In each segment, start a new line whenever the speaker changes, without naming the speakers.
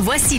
Voici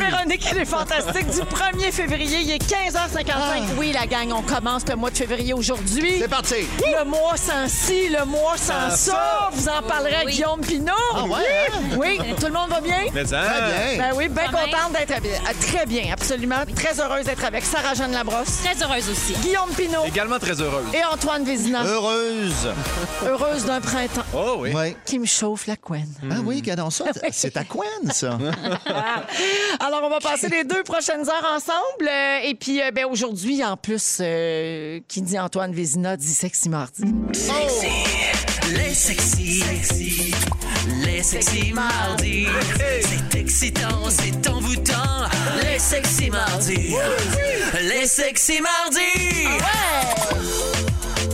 dans Véronique, elle est fantastique du 1er février. Il est 15h55. Oui, la gang, on commence le mois de février aujourd'hui.
Ah. C'est parti!
Le mois sans ci, le mois sans
Sans
ça.
ça.
Vous en parlerez à Guillaume Pinot.
Ah ouais, hein?
Oui, tout le monde va bien?
Mais hein,
Très bien!
Ben oui, bien contente d'être bien. Ah, Très bien, absolument. Très heureuse d'être avec Sarah-Jeanne Labrosse,
Très heureuse aussi.
Guillaume Pinot
également très heureuse.
et Antoine Vézina.
Heureuse! Ah.
Heureuse d'un printemps
Oh oui. Hmm.
Ouais.
qui me chauffe la couenne.
Ah oui, cadence ça. C'est ta Quen, ça.
Ah. Alors, on va passer les deux prochaines heures ensemble. Euh, et puis, euh, ben, aujourd'hui, en plus, euh, qui dit Antoine Vézina dit Sexy Mardi.
Les sexy, les sexy mardis. C'est excitant, c'est envoûtant. Les sexy mardis, les sexy mardis.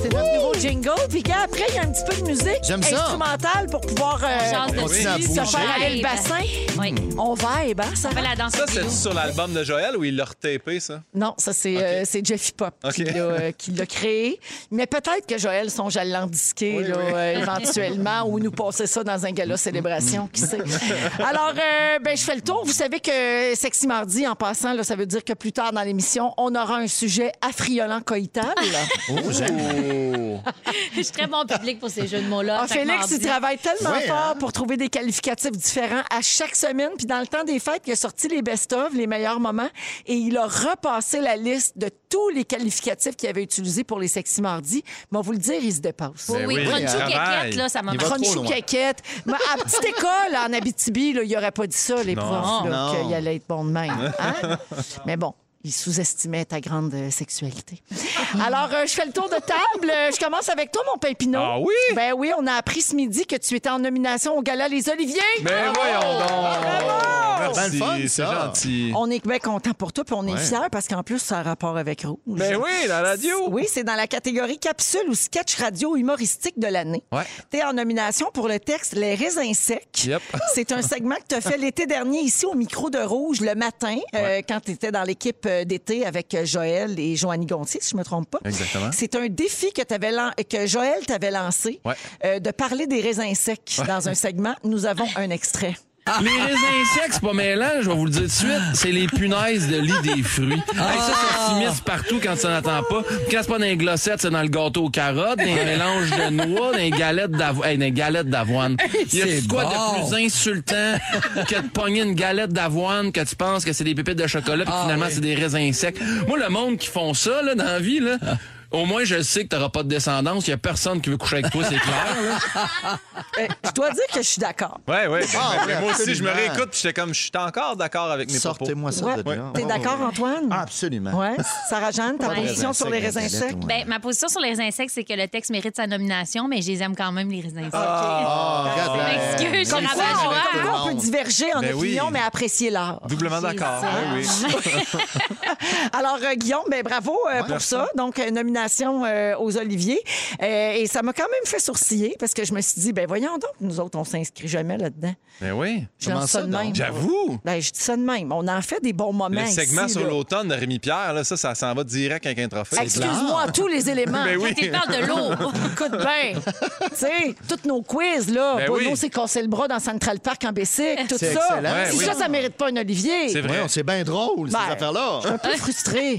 C'est notre nouveau jingle. Puis quand après, il y a un petit peu de musique
J'aime ça.
instrumentale pour pouvoir euh,
Chance
on
de
continue à
vie,
bouger.
se faire aller le
Ben,
bassin.
Oui.
On va et ben, ça
On fait la danse
Ça,
au
c'est
bio.
sur l'album de Joël ou il l'a retapé, ça?
Non, ça, c'est euh, c'est Jeffy Pop qui
OK.
l'a euh, qui l'a créé. Mais peut-être que Joël songe à l'endisquer là, euh, éventuellement ou nous passer ça dans un gala célébration, qui sait. Alors, euh, ben, je fais le tour. Vous savez que Sexy Mardi, en passant, là, ça veut dire que plus tard dans l'émission, on aura un sujet affriolant coïtable.
Oh, j'aime.
Je suis très bon public pour ces jeux de mots-là.
Ah,
Fait que
Félix,
mardi-
il travaille tellement
Ouais,
fort
hein?
pour trouver des qualificatifs différents à chaque semaine. Puis dans le temps des fêtes, il a sorti les best-of, les meilleurs moments, et il a repassé la liste de tous les qualificatifs qu'il avait utilisés pour les sexy mardis. Mais on vous le dire, il se dépasse.
Oui, oui,
oui,
Crunchou
il travaille.
Kékette, là, ça m'a
Il va
marqué.
trop
Crunchou
loin.
caquette. Mais à petite école, en Abitibi, là, il n'aurait pas dit ça, les profs, là,
non.
qu'il allait être bon de même. hein? Mais bon. Il sous-estimait ta grande euh, sexualité. Alors, euh, je fais le tour de table. Euh, Je commence avec toi, mon Pépinot.
Ah oui?
Ben oui, on a appris ce midi que tu étais en nomination au Gala Les Oliviers.
Mais voyons donc!
Ben, le fun,
Merci, c'est
ça.
gentil.
On est bien content pour toi, puis on est fiers parce qu'en plus, ça a rapport avec Rouge.
Ben oui, la radio!
Oui, c'est dans la catégorie capsule ou sketch radio humoristique de l'année.
Ouais.
Tu es en nomination pour le texte Les raisins secs.
Yep.
C'est un segment que tu as fait l'été dernier ici au micro de Rouge le matin euh, quand tu étais dans l'équipe euh, d'été avec euh, Joël et Joanny Gontier, si je me trompe pas.
Exactement.
C'est un défi que, t'avais lan- que Joël t'avait lancé
Ouais.
euh, de parler des raisins secs dans un segment. Nous avons un extrait.
Les raisins secs, c'est pas mêlant, je vais vous le dire tout de suite, c'est les punaises de lit des fruits.
Ah.
Hey, ça, ça s'immisce partout quand tu n'en attends pas. Quand c'est pas dans les glossettes, c'est dans le gâteau aux carottes, dans les mélanges de noix, dans les galettes d'avoine. dans les galettes d'avoine. Il y a
c'est
quoi
bon.
de plus insultant que de pogner une galette d'avoine que tu penses que c'est des pépites de chocolat,
Ah,
puis finalement, c'est des raisins secs. Moi, le monde qui font ça, là, dans la vie, là...
Ah.
Au moins, je sais que t'auras pas de descendance. Il y a personne qui veut coucher avec toi, c'est clair. là.
Euh, je dois dire que je suis d'accord.
Ouais, ouais. ben,
Ah,
ben,
ouais,
moi aussi, je me
absolument.
réécoute, puis j'étais comme, je suis encore d'accord avec mes propos.
Sortez-moi ça de
Ouais.
là. Oh
T'es d'accord, Antoine?
Ah. Absolument.
Ouais. Sarah-Jeanne, ta
Ouais.
position sur les raisins secs?
Ben, ma position sur les insectes, c'est que le texte mérite sa nomination, mais je les aime quand même, les insectes.
Ah, regarde,
Je
ben,
m'excuse, je
comme
suis
quoi,
rabat-joie.
on-
Comme
comme
quoi,
quoi,
on peut diverger en
Ben oui.
opinion, mais apprécier l'art.
Doublement d'accord. ben Oui, oui.
Alors, euh, Guillaume, ben, bravo euh, pour ça. Donc, euh, nomination euh, aux Oliviers. Euh, et ça m'a quand même fait sourciller parce que je me suis dit, ben voyons donc, nous autres, on s'inscrit jamais là-dedans.
Ben oui.
Je lance
Comment
ça
ça,
de
donc?
même.
J'avoue.
Ben, je dis ça de même. On en fait des bons moments.
Le segment
ici,
sur
là.
l'automne de Rémi Pierre, là, ça, ça s'en va direct avec un trophée.
Excuse-moi, tous les éléments.
Ben oui.
Tu parles de l'eau.
Écoute bien, tu sais, tous nos quiz, là.
Ben
Bono
oui.
s'est cassé le bras dans Central Park en Bessic, tout ça.
C'est excellent.
Si
Ouais,
ça,
oui.
ça mérite pas un Olivier.
C'est vrai.
Voyons, C'est bien drôle, ces
Ben,
affaires-là. Hein?
Je suis un peu frustrée.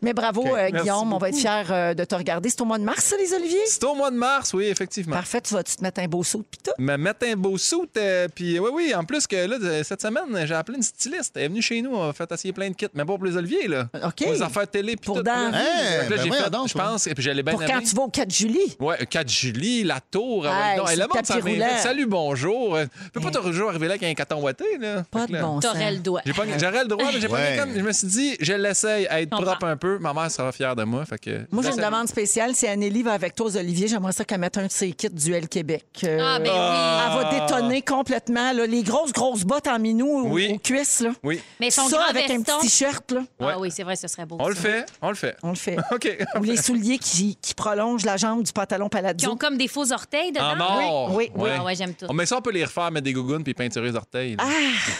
Mais bravo, euh,
merci
Guillaume. On va être fiers euh, de te regarder. C'est au mois de mars, ça, les Oliviers?
C'est au mois de mars, oui, effectivement.
Parfait, tu vas-tu te mettre un beau saut de pita?
me mettre un beau suit. euh, puis oui, oui, en plus que là, de- cette semaine, j'ai appelé une styliste. Elle est venue chez nous, on a fait essayer plein de kits, mais pas pour les oliviers, là.
OK.
Pour les affaires télé, puis
Pour
tout.
dans-
là.
Hey,
Fait que là,
ben
j'ai
voyons
fait,
donc,
je
toi.
pense, et puis j'allais bien
Pour quand
aimer.
tu vas au 4 juillet.
Ouais, 4 Julie, la tour. ah ouais,
Hey,
non,
sur
et
le
le monde
tapis
s'en
roulant.
fait. Salut, bonjour. Euh, Je peux pas toujours arriver là avec un caton ouaté, là.
Pas
Fait que
de
là,
bon sens. Ben,
T'aurais le doigt.
J'ai pas- J'aurais le droit, mais j'ai pas
Ouais.
comme. Je me suis dit, je l'essaye à être
Comprends.
propre un peu. Ma mère sera fière de moi. Fait que
Moi, j'ai une demande spéciale. Si Anneli va avec toi aux Olivier, j'aimerais ça qu'elle mette un de ses kits duel Québec. Euh,
Ah, ben oui.
Elle
Ah.
va détonner complètement. là. les grosses, grosses bottes en minou aux-
Oui.
aux cuisses. Là.
Oui.
Mais son
Ça,
grand
avec un
veston.
petit t-shirt, là,
Ouais.
Ah oui, c'est vrai, ce serait beau.
On le
ça.
fait, on le fait.
on le fait.
OK.
Ou les souliers qui, qui prolongent la jambe du pantalon
Qui
palazzo.
ont comme des faux orteils dedans.
En or.
Ah, Oui, oui,
oui. Ah ouais, j'aime tout.
On met Oh, ça, on peut les refaire, mettre des gougounes puis peinturer les orteils.
Ah.
là.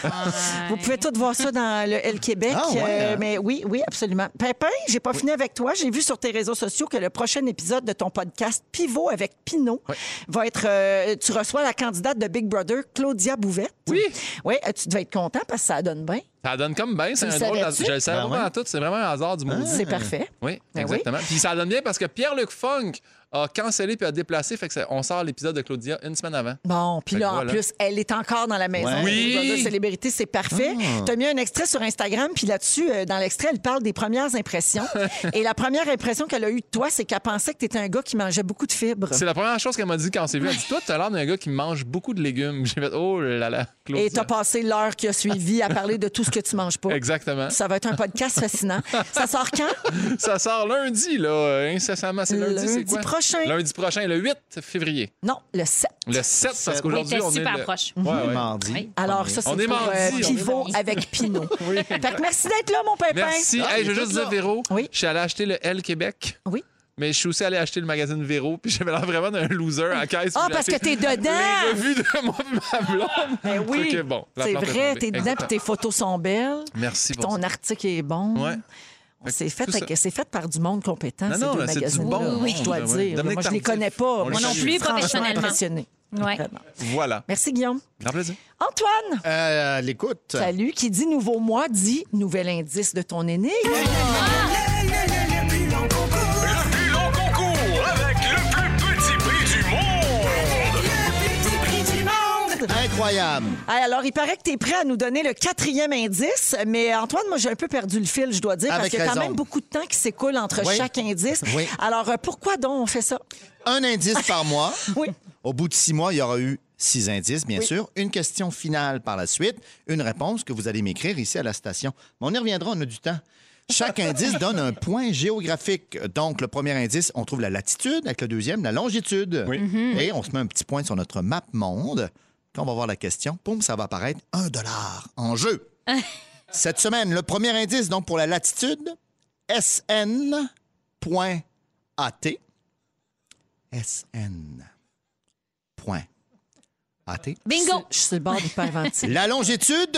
Vous pouvez tout voir ça dans le L Québec. euh,
Ah, ouais.
hein?
mais oui, oui, absolument. Pimpin, j'ai pas fini avec toi. J'ai vu sur tes réseaux sociaux que le prochain épisode de ton podcast Pivot avec Pinot va être. euh, tu reçois la candidate de Big Brother, Claudia Bouvette.
Oui.
Oui, euh, tu devais être content parce que ça donne bien.
Ça donne comme bien, c'est
Tu
un
le
drôle.
savais-tu?
Je le savais
Ben
vraiment
ouais.
à tout, c'est vraiment un hasard du monde.
C'est parfait.
Oui,
Ben
exactement. Puis ça donne bien parce que Pierre-Luc Funk a cancellé puis a déplacé, fait que ça- on sort l'épisode de Claudia une semaine avant.
Bon, puis
Fait
là,
que
en
voilà.
plus, elle est encore dans la maison.
Ouais.
Oui. Ah.
Brother Célébrité, c'est parfait. Tu as mis un extrait sur Instagram, puis là-dessus, euh, dans l'extrait, elle parle des premières impressions. Et la première impression qu'elle a eue de toi, c'est qu'elle pensait que tu étais un gars qui mangeait beaucoup de fibres.
C'est la première chose qu'elle m'a dit quand on s'est vu. Elle dit Toi, tu as l'air d'un gars qui mange beaucoup de légumes. J'ai fait Oh là là, Claudia.
Et t'as passé l'heure qui a suivi à parler de tout ce que tu manges pas.
Exactement.
Ça va être un podcast fascinant. Ça sort quand?
Ça sort lundi, là, euh, incessamment. C'est lundi, c'est
Lundi
quoi?
prochain.
Lundi prochain, le 8 février.
Non, le 7.
Le 7, parce
Oui,
qu'aujourd'hui,
t'es
on est.
super
le-
proche.
Ouais, ouais.
Mardi.
Oui.
Alors, ça, c'est
On est
pour euh,
mardi, on est
Pivot
mardi.
avec Pinot. Fait que merci d'être là, mon pépin.
Merci.
Ah,
Hey,
il
je
est
veux juste
tout là.
dire, Véro,
Oui.
je suis allé acheter le L Québec.
Oui.
Mais je suis aussi allé acheter le magazine Véro, puis j'avais l'air vraiment d'un loser à caisse.
Ah,
puis j'ai
parce que
acheté
t'es
Les
dedans!
revues de moi puis ma blonde.
Ben oui,
Fait que bon, la
c'est
plante est
vrai,
tombée.
t'es dedans, puis
Exactement.
tes photos sont belles,
Merci
puis
pour ça.
ton article est bon.
Ouais.
On s'est fait,
tout ça.
avec- c'est fait par du monde compétent,
Non,
ces
non,
deux
là, c'est du
magazines
bon monde,
je dois le
là,
dire.
ouais.
Moi,
Dominique
je les
Tardif,
connais pas.
on
Moi
le
non
salue.
plus,
Franchement
professionnellement.
impressionné. Ouais.
Voilà.
Merci, Guillaume.
Grand plaisir.
Antoine!
Euh, à l'écoute.
Salut, qui dit nouveau mois dit nouvel indice de ton énigme.
Le plus long concours. Le plus long concours avec le plus petit prix du monde. le plus petit prix du monde.
Incroyable.
Ah, Alors, il paraît que tu es prêt à nous donner le quatrième indice, mais Antoine, moi, j'ai un peu perdu le fil, je dois dire, parce
Avec
qu'il y a quand
raison.
même beaucoup de temps qui s'écoule entre
Oui.
chaque indice.
Oui.
Alors, euh, pourquoi donc on fait ça?
Un indice par mois.
Oui.
Au bout de six mois, il y aura eu six indices, bien sûr. Une question finale par la suite. Une réponse que vous allez m'écrire ici à la station. Mais on y reviendra, on a du temps. Chaque indice donne un point géographique. Donc, le premier indice, on trouve la latitude, avec le deuxième, la longitude. Et on se met un petit point sur notre map monde. Quand on va voir la question, poum, ça va apparaître un dollar en jeu. Cette semaine, le premier indice, donc pour la latitude, sn.at. SN. Point. AT.
Bingo!
Je suis sur le bord d'hyperventiler.
La longitude,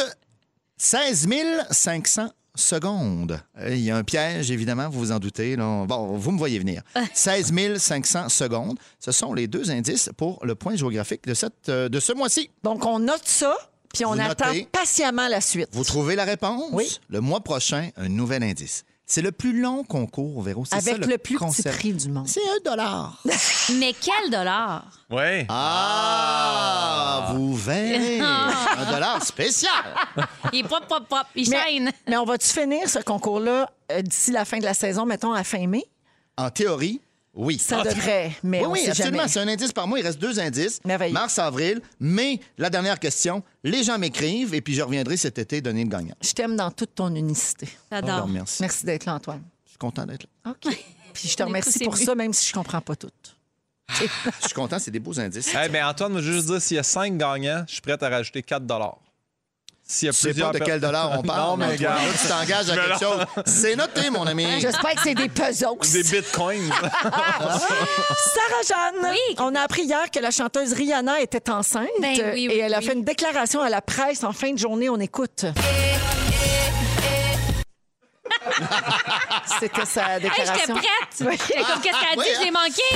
16 500 secondes. Euh, Il y a un piège, évidemment, vous vous en doutez. là. Bon, vous me voyez venir. 16 500 secondes, ce sont les deux indices pour le point géographique de, cette, euh, de ce mois-ci.
Donc, on note ça, puis on
Vous
attend
notez.
patiemment la suite.
Vous trouvez la réponse?
Oui.
Le mois prochain, un nouvel indice. C'est le plus long concours, Véro. C'est
Avec
ça,
le, plus
concept.
petit prix du monde.
C'est un dollar.
Mais quel dollar!
Ouais.
Ah, vous verrez. un dollar spécial.
Il est propre, propre, propre. Il
Mais,
chaîne.
mais on va-tu finir ce concours-là euh, d'ici la fin de la saison, mettons à fin mai?
En théorie, oui.
Ça devrait, mais
Ah, Oui,
Eh,
on
oui,
sait
absolument.
jamais.
C'est un indice par mois. Il reste deux indices.
Merveilleux.
Mars, avril. Mais la dernière question, les gens m'écrivent et puis je reviendrai cet été donner le gagnant.
Je t'aime dans toute ton unicité.
J'adore.
merci.
Merci d'être là, Antoine.
Je suis content d'être là.
OK. Puis je te
On est
remercie
tous
pour
émus.
ça, même si je comprends pas tout.
Je suis content, c'est des beaux indices.
Hey, mais Antoine, je veux juste dire, s'il y a 5 gagnants, je suis prêt à rajouter 4 S'il y a
Je sais
plusieurs
pas de quel
per-
dollar on parle,
Non, mais
mais toi,
regarde.
là, tu t'engages à quelque chose. C'est noté, mon ami.
J'espère que c'est des puzzles.
Des bitcoins.
Sarah-Jeanne,
Oui.
on a appris hier que la chanteuse Rihanna était enceinte
Ben oui, oui,
et elle a
oui.
fait une déclaration à la presse en fin de journée. On écoute. C'était sa
Hey,
déclaration.
j'étais prête! J'étais comme, qu'est-ce qu'elle a
oui,
Ah,
dit? Je l'ai
hein.
manqué!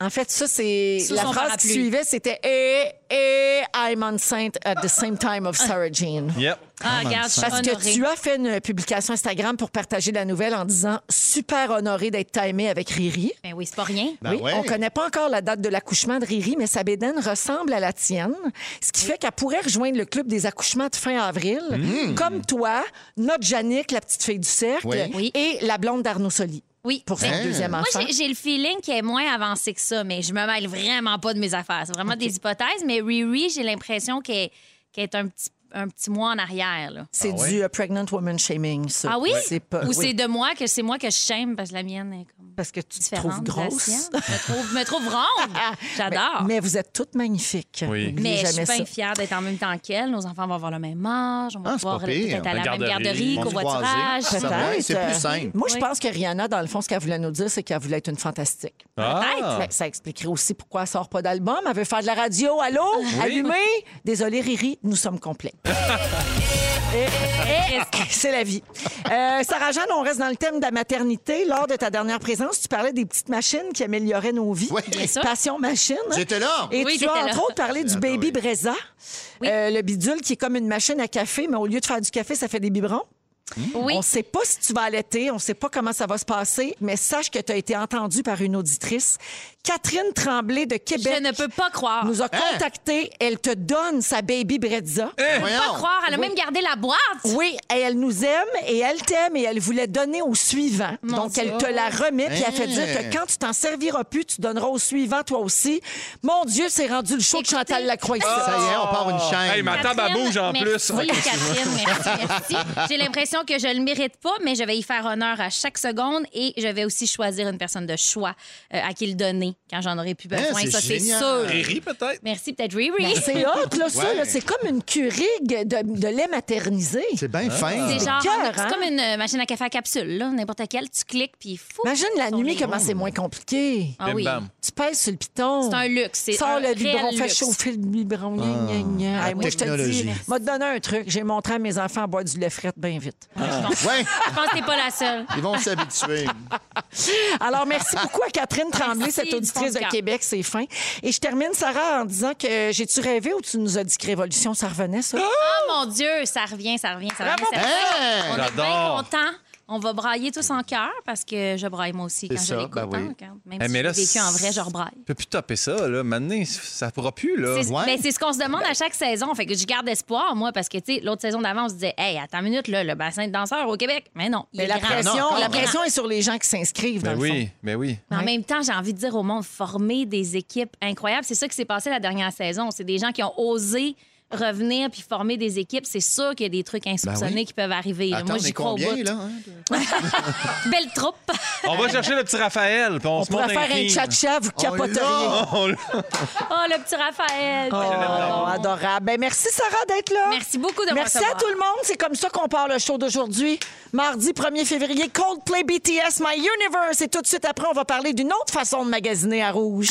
En fait, ça, c'est.
Sous
La
son
phrase qui
parapluie.
suivait, c'était Eh, eh, I'm enceinte at the same time of Sarah Jean.
yep.
Ah, regarde, je suis
Parce que
honorée.
tu as fait une publication Instagram pour partager la nouvelle en disant super honoré d'être timé avec Riri.
Ben oui, c'est pas rien.
Ben
oui,
ouais.
on connaît pas encore la date de l'accouchement de Riri, mais sa bédaine ressemble à la tienne, ce qui fait qu'elle pourrait rejoindre le club des accouchements de fin avril,
Hmm.
comme toi, notre Jannick, la petite fille du cercle,
Oui.
Oui.
et la blonde d'Arnaud Soli
Oui.
pour son
Hein?
deuxième
Moi,
enfant.
j'ai- j'ai le feeling qu'elle est moins avancée que ça, mais je me mêle vraiment pas de mes affaires. C'est vraiment des hypothèses. Mais Riri, j'ai l'impression qu'elle qu'elle est un petit un petit mois en arrière. là.
C'est
Ah
du euh, pregnant woman shaming, ça.
Ah oui?
C'est pas-
Ou
oui,
c'est de moi que c'est moi que je shame parce que la mienne est comme
parce que tu te
différente.
trouves
de la
grosse. Ah,
sienne. me, trouve, me trouve ronde. J'adore. Mais,
Mais vous êtes toutes magnifiques.
Oui.
N'oubliez
je suis
jamais
bien
ça.
fière d'être en même temps qu'elle. Nos enfants vont avoir le même âge. On va
Ah, c'est
pouvoir
pas pire.
peut-être à la
Garderie.
même garderie,
Ils vont
se
covoiturage.
croiser. Ça va, c'est
Peut-être.
plus simple.
Moi, je
Oui.
pense que Rihanna, dans le fond, ce qu'elle voulait nous dire, c'est qu'elle voulait être une fantastique.
Ah!
Ben, ça expliquerait aussi pourquoi elle sort pas d'album. Elle veut faire de la radio. Allô? Allumée? Désolée, Riri, nous sommes complets. C'est la vie. Euh, Sarah-Jeanne, on reste dans le thème de la maternité. Lors de ta dernière présence, tu parlais des petites machines qui amélioraient nos vies.
Oui.
Bien sûr.
Passion machine.
J'étais là.
Et
Oui,
tu as
j'étais là.
entre autres parlé du
J'adore,
baby
oui.
Breza, Euh, le bidule qui est comme une machine à café, mais au lieu de faire du café, ça fait des biberons.
Oui.
On ne sait pas si tu vas allaiter, on ne sait pas comment ça va se passer, mais sache que tu as été entendue par une auditrice. Catherine Tremblay de Québec
Je ne peux pas croire.
nous
Hein?
a contactés. Elle te donne sa baby Brezza.
pas
Voyons.
croire. Elle a même gardé la boîte.
Oui, et elle nous aime et elle t'aime et elle voulait donner au suivant.
Mon
Donc,
Dieu.
elle te la remet puis elle fait
Hein.
dire que quand tu t'en serviras plus, tu donneras au suivant toi aussi. Mon Dieu, c'est rendu le show de Chantal Lacroix. ici.
Ça y est, on part une
Oh. Hey,
chaîne.
ma table à
Catherine,
bouge en plus.
merci, Catherine, merci, merci. J'ai l'impression que je le mérite pas, mais je vais y faire honneur à chaque seconde et je vais aussi choisir une personne de choix euh, à qui le donner quand j'en aurai
Eh,
plus besoin.
c'est
ça, c'est
génial.
sûr.
Riri, peut-être?
Merci, peut-être Riri.
C'est hot, là, ça.
Ouais.
là. c'est comme une curie de, de lait maternisé.
C'est
Ah.
bien fin.
C'est genre,
cœur,
c'est
hein?
comme une euh, machine à café à capsule, là, n'importe quelle, tu cliques puis fou.
Imagine la
Ils sont
nuit,
là.
comment c'est moins compliqué.
Ah
Bim,
oui.
bam.
Tu pèses sur le piton.
C'est un luxe, c'est
Sors
un
le
réel
biberon, fais
luxe.
chauffer le biberon. gna, gna, gna.
Ah. la
Hey, moi, je te
technologie.
dis, m'a donné un truc. J'ai montré à mes enfants à boire du lait fret bien vite.
Ouais,
Je pense que t'es pas la seule.
ils vont s'habituer.
Alors, merci beaucoup à Catherine Tremblay,
Ah, Merci
cette
du fond
auditrice
du
de
cœur.
Québec. C'est fin. Et je termine, Sarah, en disant que euh, j'ai-tu rêvé ou tu nous as dit que Révolution, ça revenait, ça?
Oh mon Dieu, ça revient, ça revient, ça revient. ça revient.
Hey!
On est bien
J'adore.
contents. On va brailler tous en cœur parce que je braille moi aussi quand
C'est
je
ça,
l'écoute.
ben oui.
hein, quand- même
Eh,
si
mais
je
là,
l'ai vécu en vrai, je rebraille.
Tu peux plus taper ça, là. Maintenant, ça pourra plus, là.
C'est
Euh, ouais.
ben, c'est ce qu'on se demande à chaque saison. Fait que je garde espoir, moi, parce que tu sais, l'autre saison d'avant, on se disait Hey, attends une minute, là, le bassin de danseurs au Québec. Mais Ah, non, il
Mais
est
la
grand.
Non,
pression,
encore.
la pression est sur les gens qui s'inscrivent, dans
Ben
le fond.
oui, ben oui.
Mais en même temps, j'ai envie de dire au monde, former des équipes incroyables. C'est ça qui s'est passé la dernière saison. C'est des gens qui ont osé revenir puis former des équipes. C'est sûr qu'il y a des trucs insoupçonnés qui peuvent arriver.
Ben Attends,
moi,
on
j'y
est
crois au
combien,
bout.
là? hein?
Belle troupe.
On va chercher le petit Raphaël, puis on,
On
se monte
pourrait faire un
team.
tcha-tcha, vous capoteriez.
On-
Oh, le petit Raphaël.
Oh, adorable. Ben, merci, Sarah, d'être là.
Merci beaucoup de me
Merci à
recevoir.
tout le monde. C'est comme ça qu'on part le show d'aujourd'hui. Mardi 1er février, Coldplay BTS, My Universe. Et tout de suite après, on va parler d'une autre façon de magasiner à rouge.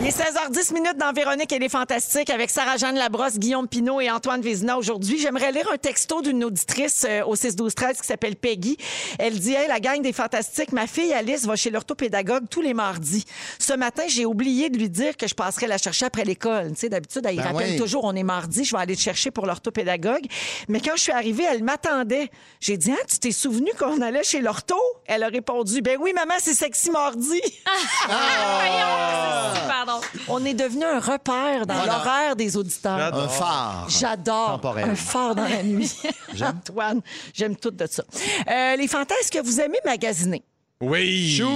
Il est 16h10 minutes dans Véronique et les Fantastiques avec Sarah-Jeanne Labrosse, Guillaume Pinault et Antoine Vézina aujourd'hui. J'aimerais lire un texto d'une auditrice euh, au 6-12-13 qui s'appelle Peggy. Elle dit, hey, la gang des Fantastiques, ma fille Alice va chez l'orthopédagogue tous les mardis. Ce matin, j'ai oublié de lui dire que je passerai la chercher après l'école. Tu sais, d'habitude, elle y
Ben
rappelle
oui.
toujours, on est mardi, je vais aller te chercher pour l'orthopédagogue. Mais quand je suis arrivée, elle m'attendait. J'ai dit, ah, tu t'es souvenu qu'on allait chez l'ortho? Elle a répondu, ben oui, maman, c'est sexy mardi.
Ah, Voyons, c'est super drôle.
On est devenu un repère dans
Voilà.
l'horaire des auditeurs.
Un phare.
J'adore
Temporel.
un phare dans la nuit. Antoine, j'aime tout de ça. Euh, les fantasmes, est-ce que vous aimez magasiner?
Oui.
Chou!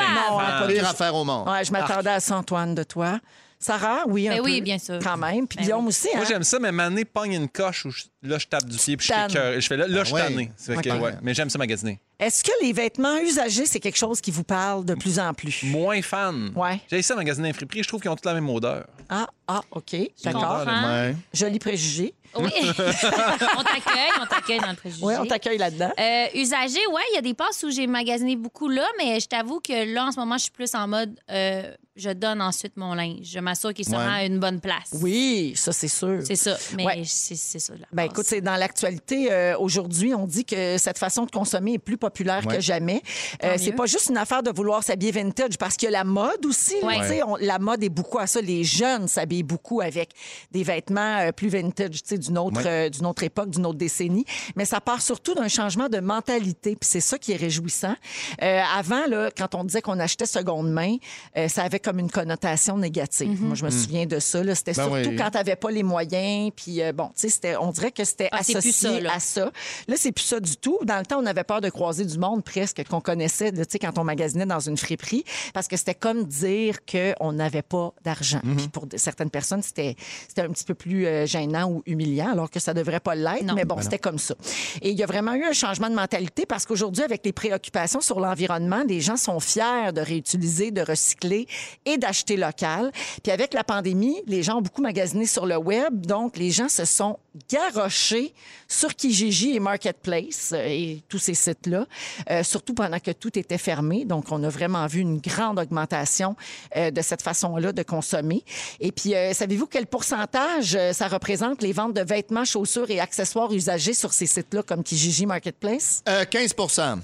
Ah!
Non, hein, pas
Pire
tous.
affaire au monde.
Ouais, je m'attendais à ça, Antoine, de toi. Sarah, oui, un
Ben
peu.
oui, bien sûr.
Quand même. Puis
Ben
Guillaume
oui.
aussi.
Moi,
Hein?
j'aime ça, mais mané pogne une coche où je- là, je tape du pied, puis je suis
tannes.
écoeuré. Je fais là, là, je suis
Ah ouais.
tanné. C'est fait que,
Ok.
ouais. Mais j'aime ça magasiner.
Est-ce que les vêtements usagés, c'est quelque chose qui vous parle de plus en plus?
Moins fan.
Ouais.
J'ai essayé de magasiner un friperie, je trouve qu'ils ont toutes la même odeur.
Ah, ah, OK. D'accord.
comprends. Hein?
Ouais.
Joli préjugé.
Oui. on t'accueille, on t'accueille dans le préjugé.
Oui, on t'accueille là-dedans.
Euh, usagé, ouais, il y a des passes où j'ai magasiné beaucoup là, mais je t'avoue que là, en ce moment, je suis plus en mode euh, je donne ensuite mon linge. Je m'assure qu'il sera
Ouais.
à une bonne place.
Oui, ça, c'est sûr.
C'est ça, mais
Ouais.
c'est Ah, c'est ça. la
Ben
base.
écoute, c'est dans l'actualité euh, aujourd'hui, on dit que cette façon de consommer est plus populaire
Ouais.
que jamais. Euh,
Tant
c'est
mieux.
pas juste une affaire de vouloir s'habiller vintage parce que la mode aussi, là,
Ouais.
tu sais, on- la mode est beaucoup à ça. Les jeunes s'habillent beaucoup avec des vêtements euh, plus vintage, tu sais, d'une autre, euh, d'une autre époque, d'une autre décennie. Mais ça part surtout d'un changement de mentalité, puis c'est ça qui est réjouissant. Euh, avant, là, quand on disait qu'on achetait seconde main, euh, ça avait comme une connotation négative.
Mm-hmm.
Moi, je me souviens de ça. là. C'était
Mm. Ben
surtout
oui.
quand t'avais pas les moyens, puis euh, bon, tu sais, c'était- on dirait que c'était
Ah, c'est
associé
plus ça, là.
à ça. Là, c'est plus ça du tout. Dans le temps, on avait peur de croiser jaser du monde presque qu'on connaissait, de, tu sais, quand on magasinait dans une friperie, parce que c'était comme dire qu'on n'avait pas d'argent.
Mhm.
Puis pour de- certaines personnes, c'était c'était un petit peu plus euh, gênant ou humiliant, alors que ça devrait pas l'être,
Non.
mais bon, c'était comme ça. Et il y a vraiment eu un changement de mentalité parce qu'aujourd'hui, avec les préoccupations sur l'environnement, les gens sont fiers de réutiliser, de recycler et d'acheter local. Puis avec la pandémie, les gens ont beaucoup magasiné sur le web, donc les gens se sont garrochés sur Kijiji et Marketplace euh, et tous ces sites-là, euh, surtout pendant que tout était fermé. Donc, on a vraiment vu une grande augmentation euh, de cette façon-là de consommer. Et puis, euh, savez-vous quel pourcentage euh, ça représente les ventes de vêtements, chaussures et accessoires usagés sur ces sites-là comme Kijiji Marketplace?
Euh, 15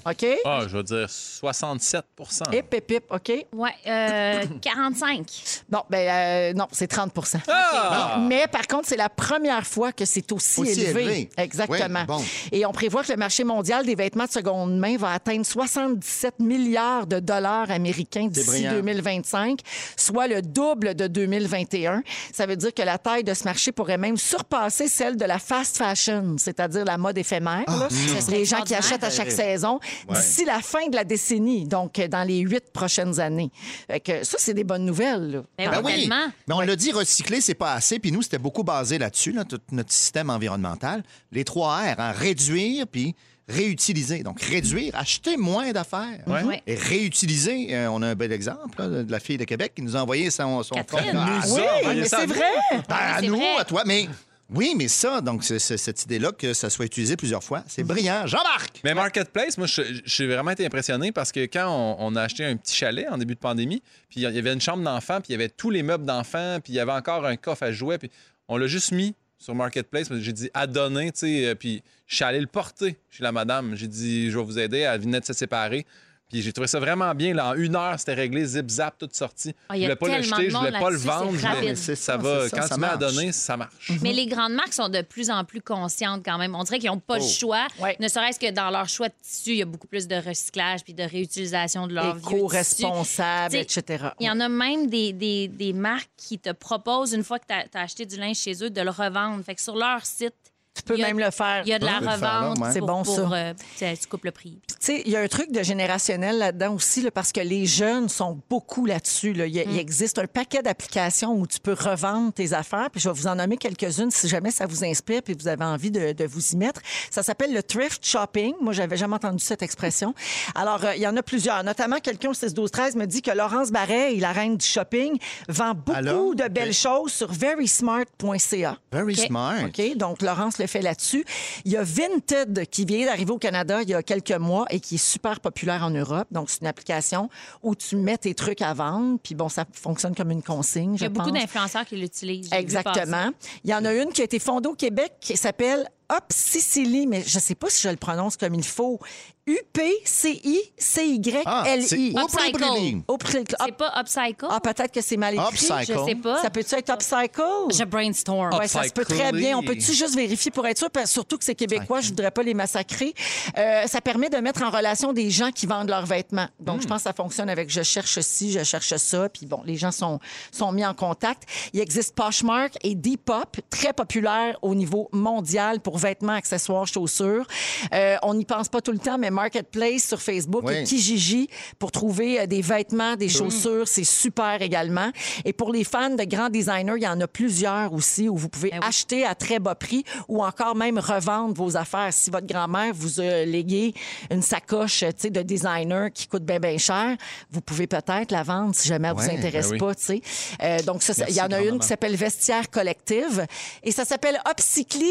OK?
Ah, je veux dire 67
Et pip, pip, OK?
Ouais, euh, 45.
Non, ben, euh, non, c'est 30
Ah!
Mais par contre, c'est la première fois que c'est aussi,
Ah! Aussi
élevé.
élevé.
Exactement.
Oui, bon.
Et on prévoit que le marché mondial des vêtements de seconde main va atteindre 77 milliards de dollars américains d'ici
brillant.
2025, soit le double de 2021. Ça veut dire que la taille de ce marché pourrait même surpasser celle de la fast fashion, c'est-à-dire la mode éphémère.
Ah, hum.
là. les gens qui achètent à chaque saison d'ici la fin de la décennie, donc euh, dans les huit prochaines années. Fait que ça, c'est des bonnes nouvelles. là.
Ben
Ben
oui,
oui.
tellement.
Mais on l'a dit, recycler, c'est pas assez. Puis nous, c'était beaucoup basé là-dessus, là, tout notre système environnemental. Les trois R, hein, réduire puis réutiliser. Donc, réduire, acheter moins d'affaires.
Ouais.
Et réutiliser. Euh, on a un bel exemple là, de la fille de Québec qui nous a envoyé son, son
Catherine.
propre-
Nous
Oui,
Ah,
mais
voyez ça,
c'est
nous.
vrai.
Ah, à
c'est
nous,
vrai.
à toi. Mais oui, mais ça, donc, c'est- c'est- cette idée-là, que ça soit utilisé plusieurs fois,
Mhm.
c'est brillant. Jean-Marc!
Mais Marketplace, moi, je- j'ai vraiment été impressionné parce que quand on, on a acheté un petit chalet en début de pandémie, puis il y avait une chambre d'enfant, puis il y avait tous les meubles d'enfants, puis il y avait encore un coffre à jouets, puis on l'a juste mis sur Marketplace. parce que J'ai dit à donner, tu sais, euh, puis je suis allé le porter chez la madame. J'ai dit, je vais vous aider, elle venait de se séparer. Puis j'ai trouvé ça vraiment bien. Là, en une heure, c'était réglé, zip-zap, toute sortie.
Ah,
je
il y a
voulais pas
tellement
l'acheter,
de
je voulais
monde
pas le
là-dessus,
vendre.
c'est
je voulais-
rapide.
C'est
Ça
ça,
va,
c'est ça,
quand
ça
tu mets à
marche.
donner, ça marche.
Mais les grandes marques sont de plus en plus conscientes quand même. On dirait qu'ils n'ont pas le choix.
Ouais.
Ne serait-ce que dans leur choix de tissu, il y a beaucoup plus de recyclage puis de réutilisation de leur vieux
co-responsable,
tissus.
etc.
Il y en a même des, des- des marques qui te proposent, une fois que tu as, acheté du linge chez eux, de le revendre. Fait que sur leur site,
Tu peux
il y a-
même le faire.
Il y a de la
Ah, de le faire là,
revente.
ouais.
C'est
pour-
bon,
pour,
ça.
euh, tu tu coupes le prix.
Tu sais, il y a un truc de générationnel là-dedans aussi, là, parce que les jeunes sont beaucoup là-dessus. là. Il, y a-
Mm.
il existe un paquet d'applications où tu peux revendre tes affaires. Puis je vais vous en nommer quelques-unes si jamais ça vous inspire puis vous avez envie de, de vous y mettre. Ça s'appelle le thrift shopping. Moi, j'avais jamais entendu cette expression. Alors, euh, il y en a plusieurs. Notamment, quelqu'un au 6-12-13 me dit que Laurence Barret, la reine du shopping, vend beaucoup
Alors,
de
OK.
belles choses sur verysmart.ca.
Very smart.
OK, donc Laurence le fait là-dessus. Il y a Vinted qui vient d'arriver au Canada il y a quelques mois et qui est super populaire en Europe. Donc, c'est une application où tu mets tes trucs à vendre. Puis bon, ça fonctionne comme une consigne,
Il y
je
a beaucoup
pense.
d'influenceurs qui l'utilisent. J'ai vu passer.
Exactement. Il y en a une qui a été fondée au Québec qui s'appelle Up Sicily, mais je ne sais pas si je le prononce comme il faut.
Ah, c'est
U-P-C-I-C-Y-L-I.
Upcycle.
Upcycle.
C'est pas upcycle?
Ah, peut-être que c'est mal écrit.
Upcycle.
Je sais pas.
Ça peut-tu être upcycle?
Je brainstorm.
Ouais, ça se peut très bien. On peut-tu juste vérifier pour être sûr, parce- surtout que c'est québécois, je voudrais pas les massacrer. Euh, ça permet de mettre en relation des gens qui vendent leurs vêtements. Donc, je pense que ça fonctionne avec je cherche ci, je cherche ça. Puis bon, les gens sont, sont mis en contact. Il existe Poshmark et Depop, très populaire au niveau mondial pour vêtements, accessoires, chaussures. Euh, on n'y pense pas tout le temps, mais Marketplace sur Facebook
Oui.
et Kijiji pour trouver euh, des vêtements, des chaussures, c'est super également. Et pour les fans de grands designers, il y en a plusieurs aussi où vous pouvez
oui.
acheter à très bas prix ou encore même revendre vos affaires. Si votre grand-mère vous a légué une sacoche euh, tu sais, de designer qui coûte bien, bien cher, vous pouvez peut-être la vendre si jamais elle vous
Ouais,
intéresse
ben oui.
pas. tu sais. Euh, donc, ça, ça- il y en a
grand-maman.
une qui s'appelle Vestiaire Collective et ça s'appelle Upcycly.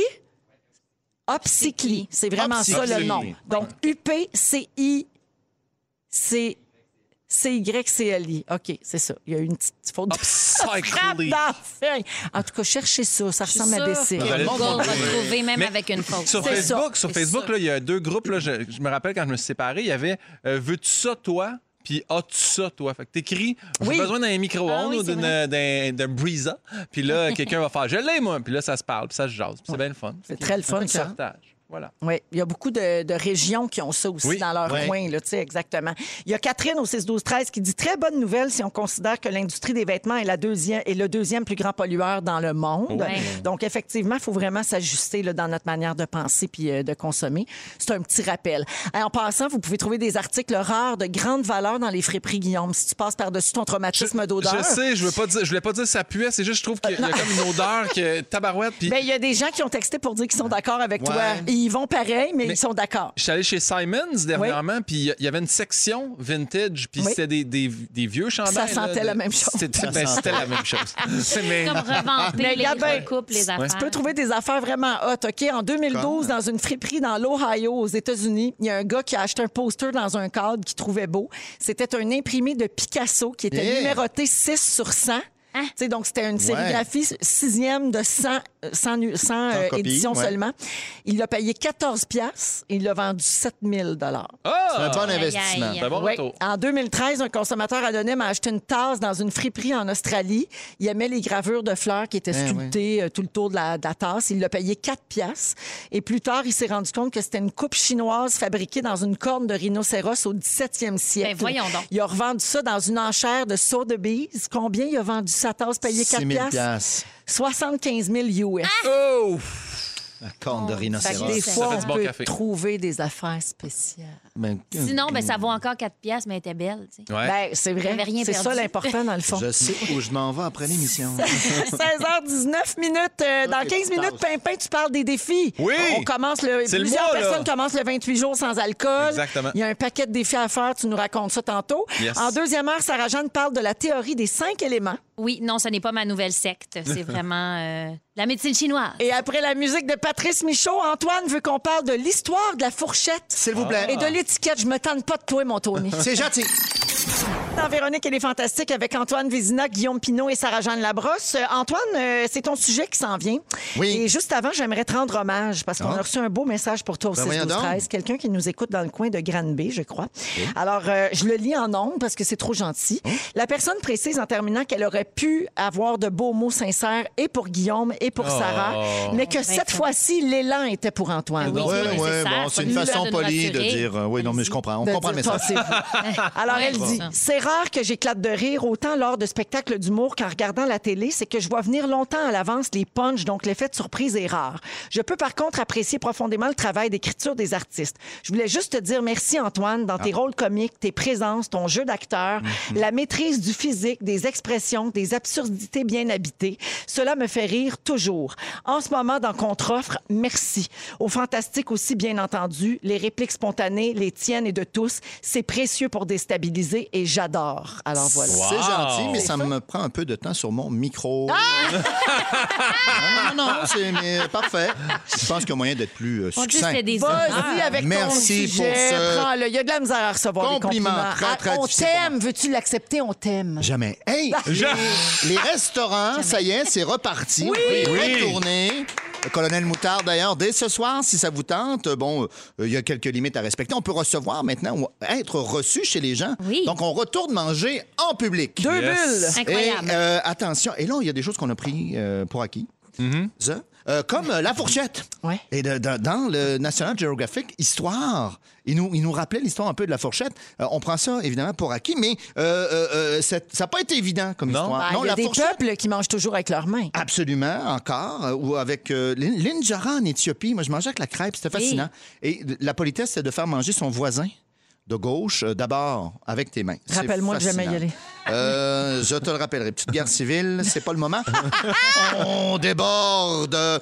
Upcycly. C'est vraiment ça le
Upcycly.
nom. Donc, U-P-C-I. C'est C-Y-C-L-I. OK, c'est ça. Il y a eu une petite faute
Oh,
de frappe
Upcycling.
dans la feuille. En tout cas, cherchez ça. Ça
Je suis
ressemble à des
sûre
cils.
que
Valais-
Google va trouver même
Mais-
avec une faute.
Sur
C'est ça,
Facebook, sur
c'est
Facebook
ça.
là, il y a deux groupes. Là, je, je me rappelle quand je me suis séparé, il y avait euh, Veux-tu ça, toi? Puis as-tu ça, toi? Fait que t'écris, j'ai
Oui.
besoin d'un micro-ondes
Ah oui,
ou
c'est
d'une-
vrai.
d'un d'un breezer. Puis là, quelqu'un va faire, je l'ai, moi. Puis là, ça se parle, puis ça se jase. Puis c'est bien le fun.
C'est très le fun,
Un
ça.
partage. Voilà.
Oui, il y a beaucoup de, de régions qui ont ça aussi
Oui,
dans leur
ouais.
coin, là, tu sais, exactement. Il y a Catherine au 6-12-13 qui dit Très bonne nouvelle si on considère que l'industrie des vêtements est, la deuxième, est le deuxième plus grand pollueur dans le monde.
Ouais.
Donc, effectivement, il faut vraiment s'ajuster là, dans notre manière de penser puis euh, de consommer. C'est un petit rappel. Et en passant, vous pouvez trouver des articles rares de grande valeur dans les friperies, Guillaume. Si tu passes par-dessus ton traumatisme d'odeur.
Je sais, je veux pas dire, je voulais pas dire ça puait, c'est juste je trouve qu'il y a- il y a comme une odeur que tabarouette puis
Ben, il y a des gens qui ont texté pour dire qu'ils sont d'accord avec
Ouais.
toi. Ils vont pareil, mais,
Mais-
ils sont d'accord.
Je suis allé chez Simons dernièrement, puis il y avait une section vintage, puis
Oui.
c'était des, des, des vieux chandails.
Ça
là,
sentait
de-
la même chose.
C'était ben, c'était la même chose. C'est- mais-
Comme
Mais
revamper les
Gabin,
recoupes, les affaires.
Tu peux trouver des affaires vraiment hot, OK? En 2012, dans une friperie dans l'Ohio, aux États-Unis, il y a un gars qui a acheté un poster dans un cadre qu'il trouvait beau. C'était un imprimé de Picasso qui était
Yeah.
numéroté 6 sur 100. Tu sais, donc, c'était une sérigraphie sixième de 100, euh, 100, nu- 100, euh,
copies,
éditions
ouais.
seulement. Il l'a payé 14 piastres et il l'a vendu 7000
C'est un
Ah!
bon investissement.
aïe.
C'est un bon
Oui.
retour.
En 2013, un consommateur anonyme a acheté une tasse dans une friperie en Australie. Il aimait les gravures de fleurs qui étaient
Eh
sculptées euh, tout le tour de la, de la tasse. Il l'a payé 4 piastres. Et plus tard, il s'est rendu compte que c'était une coupe chinoise fabriquée dans une corne de rhinocéros au 17e siècle.
Ben, voyons donc.
Il a revendu ça dans une enchère de Sotheby's. Combien il a vendu sa tasse payée 4
6 000
piastres?
piastres.
75 000 US.
Ah,
Oh!
La corne de
Fait que des
rhinocéros.
Oh, Ça
fois,
fait du
on
bon
peut
café.
trouver des affaires spéciales.
Ben,
Sinon, ben, ça vaut encore 4 piastres, mais elle était belle. tu sais.
Ouais.
Ben, c'est vrai.
J'avais rien
C'est ça
perdu.
l'important, dans le fond.
Je sais où je m'en vais après l'émission.
16h19 minutes. Euh, dans
Ok,
15 minutes,
passe.
Pimpin, tu parles des défis.
Oui.
On commence le.
C'est le
Plusieurs
mois, là.
personnes commencent le 28 jours sans alcool.
Exactement.
Il y a un paquet de défis à faire. Tu nous racontes ça tantôt.
Yes.
En deuxième heure, Sarah-Jeanne parle de la théorie des cinq éléments.
Oui, non, ce n'est pas ma nouvelle secte. C'est vraiment euh, la médecine chinoise.
Et après la musique de Patrice Michaud, Antoine veut qu'on parle de l'histoire de la fourchette
S'il vous plaît.
et de l'étiquette. Je me tente pas de toi, mon Tony.
C'est gentil.
Dans Véronique, elle est fantastique avec Antoine Vézina, Guillaume Pinot et Sarah-Jeanne Labrosse. Euh, Antoine, euh, c'est ton sujet qui s'en vient.
Oui.
Et juste avant, j'aimerais te rendre hommage parce qu'on
Ah.
a reçu un beau message pour toi au
Ben
6
voyons
12
donc.
13 Quelqu'un qui nous écoute dans le coin de Granby, je crois. Alors, euh, je le lis en nombre parce que c'est trop gentil. La personne précise en terminant qu'elle aurait pu avoir de beaux mots sincères et pour Guillaume et pour
Oh.
Sarah, mais que
Ben,
cette
ça.
fois-ci, l'élan était pour Antoine.
Ben oui.
Oui,
c'est pas
oui,
nécessaire,
bon,
pas
c'est une
de
façon
nous
polie de
rassurer.
dire euh, oui, non, mais je comprends. On
de
comprend le
dire,
message.
tassez-vous. Alors,
Ouais,
elle
bon
dit
sens.
C'est rare que j'éclate de rire autant lors de spectacles d'humour qu'en regardant la télé. C'est que je vois venir longtemps à l'avance les punchs, donc l'effet de surprise est rare. Je peux par contre apprécier profondément le travail d'écriture des artistes. Je voulais juste te dire merci, Antoine,
Ah.
dans tes rôles comiques, tes présences, ton jeu d'acteur,
Mm.
la maîtrise du physique, des expressions, des absurdités bien habitées. Cela me fait rire toujours. En ce moment, dans Contre-offre, merci. Au Fantastique aussi, bien entendu, les répliques spontanées, les tiennes et de tous, c'est précieux pour déstabiliser et j'adore. Alors voilà.
C'est gentil, mais ça me prend un peu de temps sur mon micro.
Ah!
non, non, non, c'est mais, parfait. Je pense qu'il y a moyen d'être plus euh,
On dit que
succinct.
c'était des
Vas-y avec ton
Ah. Merci pour
sujet,
ce
prends-le. Il y a de la misère à recevoir des
compliment
compliments.
très, très
Ah, on
difficile pour
t'aime, veux-tu l'accepter? On t'aime.
Jamais. Hey, les, les restaurants, ça y est, c'est reparti. Oui, retourner. Le colonel Moutard, d'ailleurs, dès ce soir, si ça vous tente, euh, bon, euh, il y a quelques limites à respecter. On peut recevoir maintenant ou être reçu chez les gens.
Oui.
Donc, on retourne manger en public.
Deux bulles.
Yes.
Incroyable.
Et, euh, attention, et là, il y a des choses qu'on a pris euh, pour acquis. Ça. Euh, comme euh, la fourchette.
Ouais.
Et de- de- dans le National Geographic, histoire. Il nous, il nous rappelait l'histoire un peu de la fourchette. Euh, on prend ça, évidemment, pour acquis, mais euh, euh, euh, c'est- ça n'a pas été évident comme
Ben,
histoire.
Il y a
la
des
fourchette, Ah,
peuples qui mangent toujours avec leurs mains.
Absolument, encore. euh, Ou avec euh, l'in- l'injera en Éthiopie. Moi, je mangeais avec la crêpe, c'était fascinant. Et de- la politesse, c'est de faire manger son voisin de gauche, euh, d'abord avec tes mains. C'est
Rappelle-moi de jamais y
fascinant.
aller.
Euh, je te le rappellerai. Petite guerre civile, c'est pas le moment. On déborde. Euh,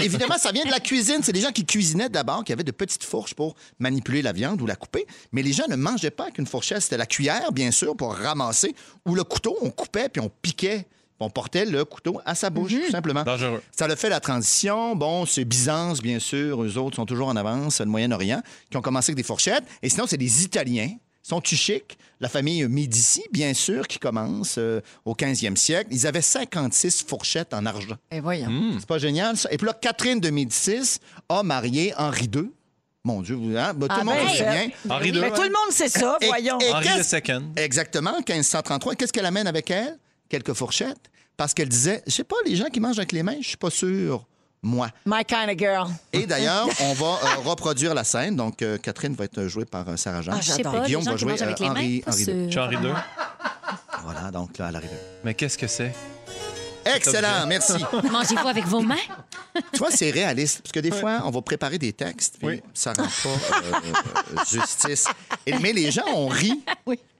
évidemment, ça vient de la cuisine. C'est des gens qui cuisinaient d'abord, qui avaient de petites fourches pour manipuler la viande ou la couper. Mais les gens ne mangeaient pas qu'une fourchette. C'était la cuillère, bien sûr, pour ramasser. Ou le couteau, on coupait puis on piquait. On portait le couteau à sa bouche, tout simplement.
Dangereux.
Ça le fait la transition. Bon, c'est Byzance, bien sûr. Eux autres sont toujours en avance, le Moyen-Orient, qui ont commencé avec des fourchettes. Et sinon, c'est des Italiens. Sont-tu chic? La famille Médici, bien sûr, qui commence euh, au 15e siècle. Ils avaient 56 fourchettes en argent.
Et voyons.
C'est pas génial, ça? Et puis là, Catherine de Médicis a marié Henri II. Mon Dieu, vous, hein? Ben, tout
Ah
le monde
ben,
se souvient.
Henri II.
Mais tout le monde sait ça,
Et-
voyons.
et
Henri
qu'est-ce-
II second.
Exactement, 1533. Qu'est-ce qu'elle amène avec elle? Quelques fourchettes. Parce qu'elle disait, je sais pas, les gens qui mangent avec les mains, je suis pas sûr. moi.
My kind of girl.
Et d'ailleurs, on va euh, reproduire la scène. Donc, euh, Catherine va être jouée par euh, Sarah Jeanne.
Ah,
Je sais
J'adore.
pas,
Et
les
Guillaume
gens
va
qui
jouer
mangent avec les
euh,
mains,
Henri-
pas
Henri
sûr.
deux. Ah,
Je suis Henri II.
Voilà, donc là, elle arrive.
Mais qu'est-ce que c'est?
Excellent, merci.
Mangez-vous avec vos mains?
tu vois, c'est réaliste. Parce que des fois, on va préparer des textes, puis
Oui.
ça rend pas euh, euh, justice. Et- mais les gens ont ri.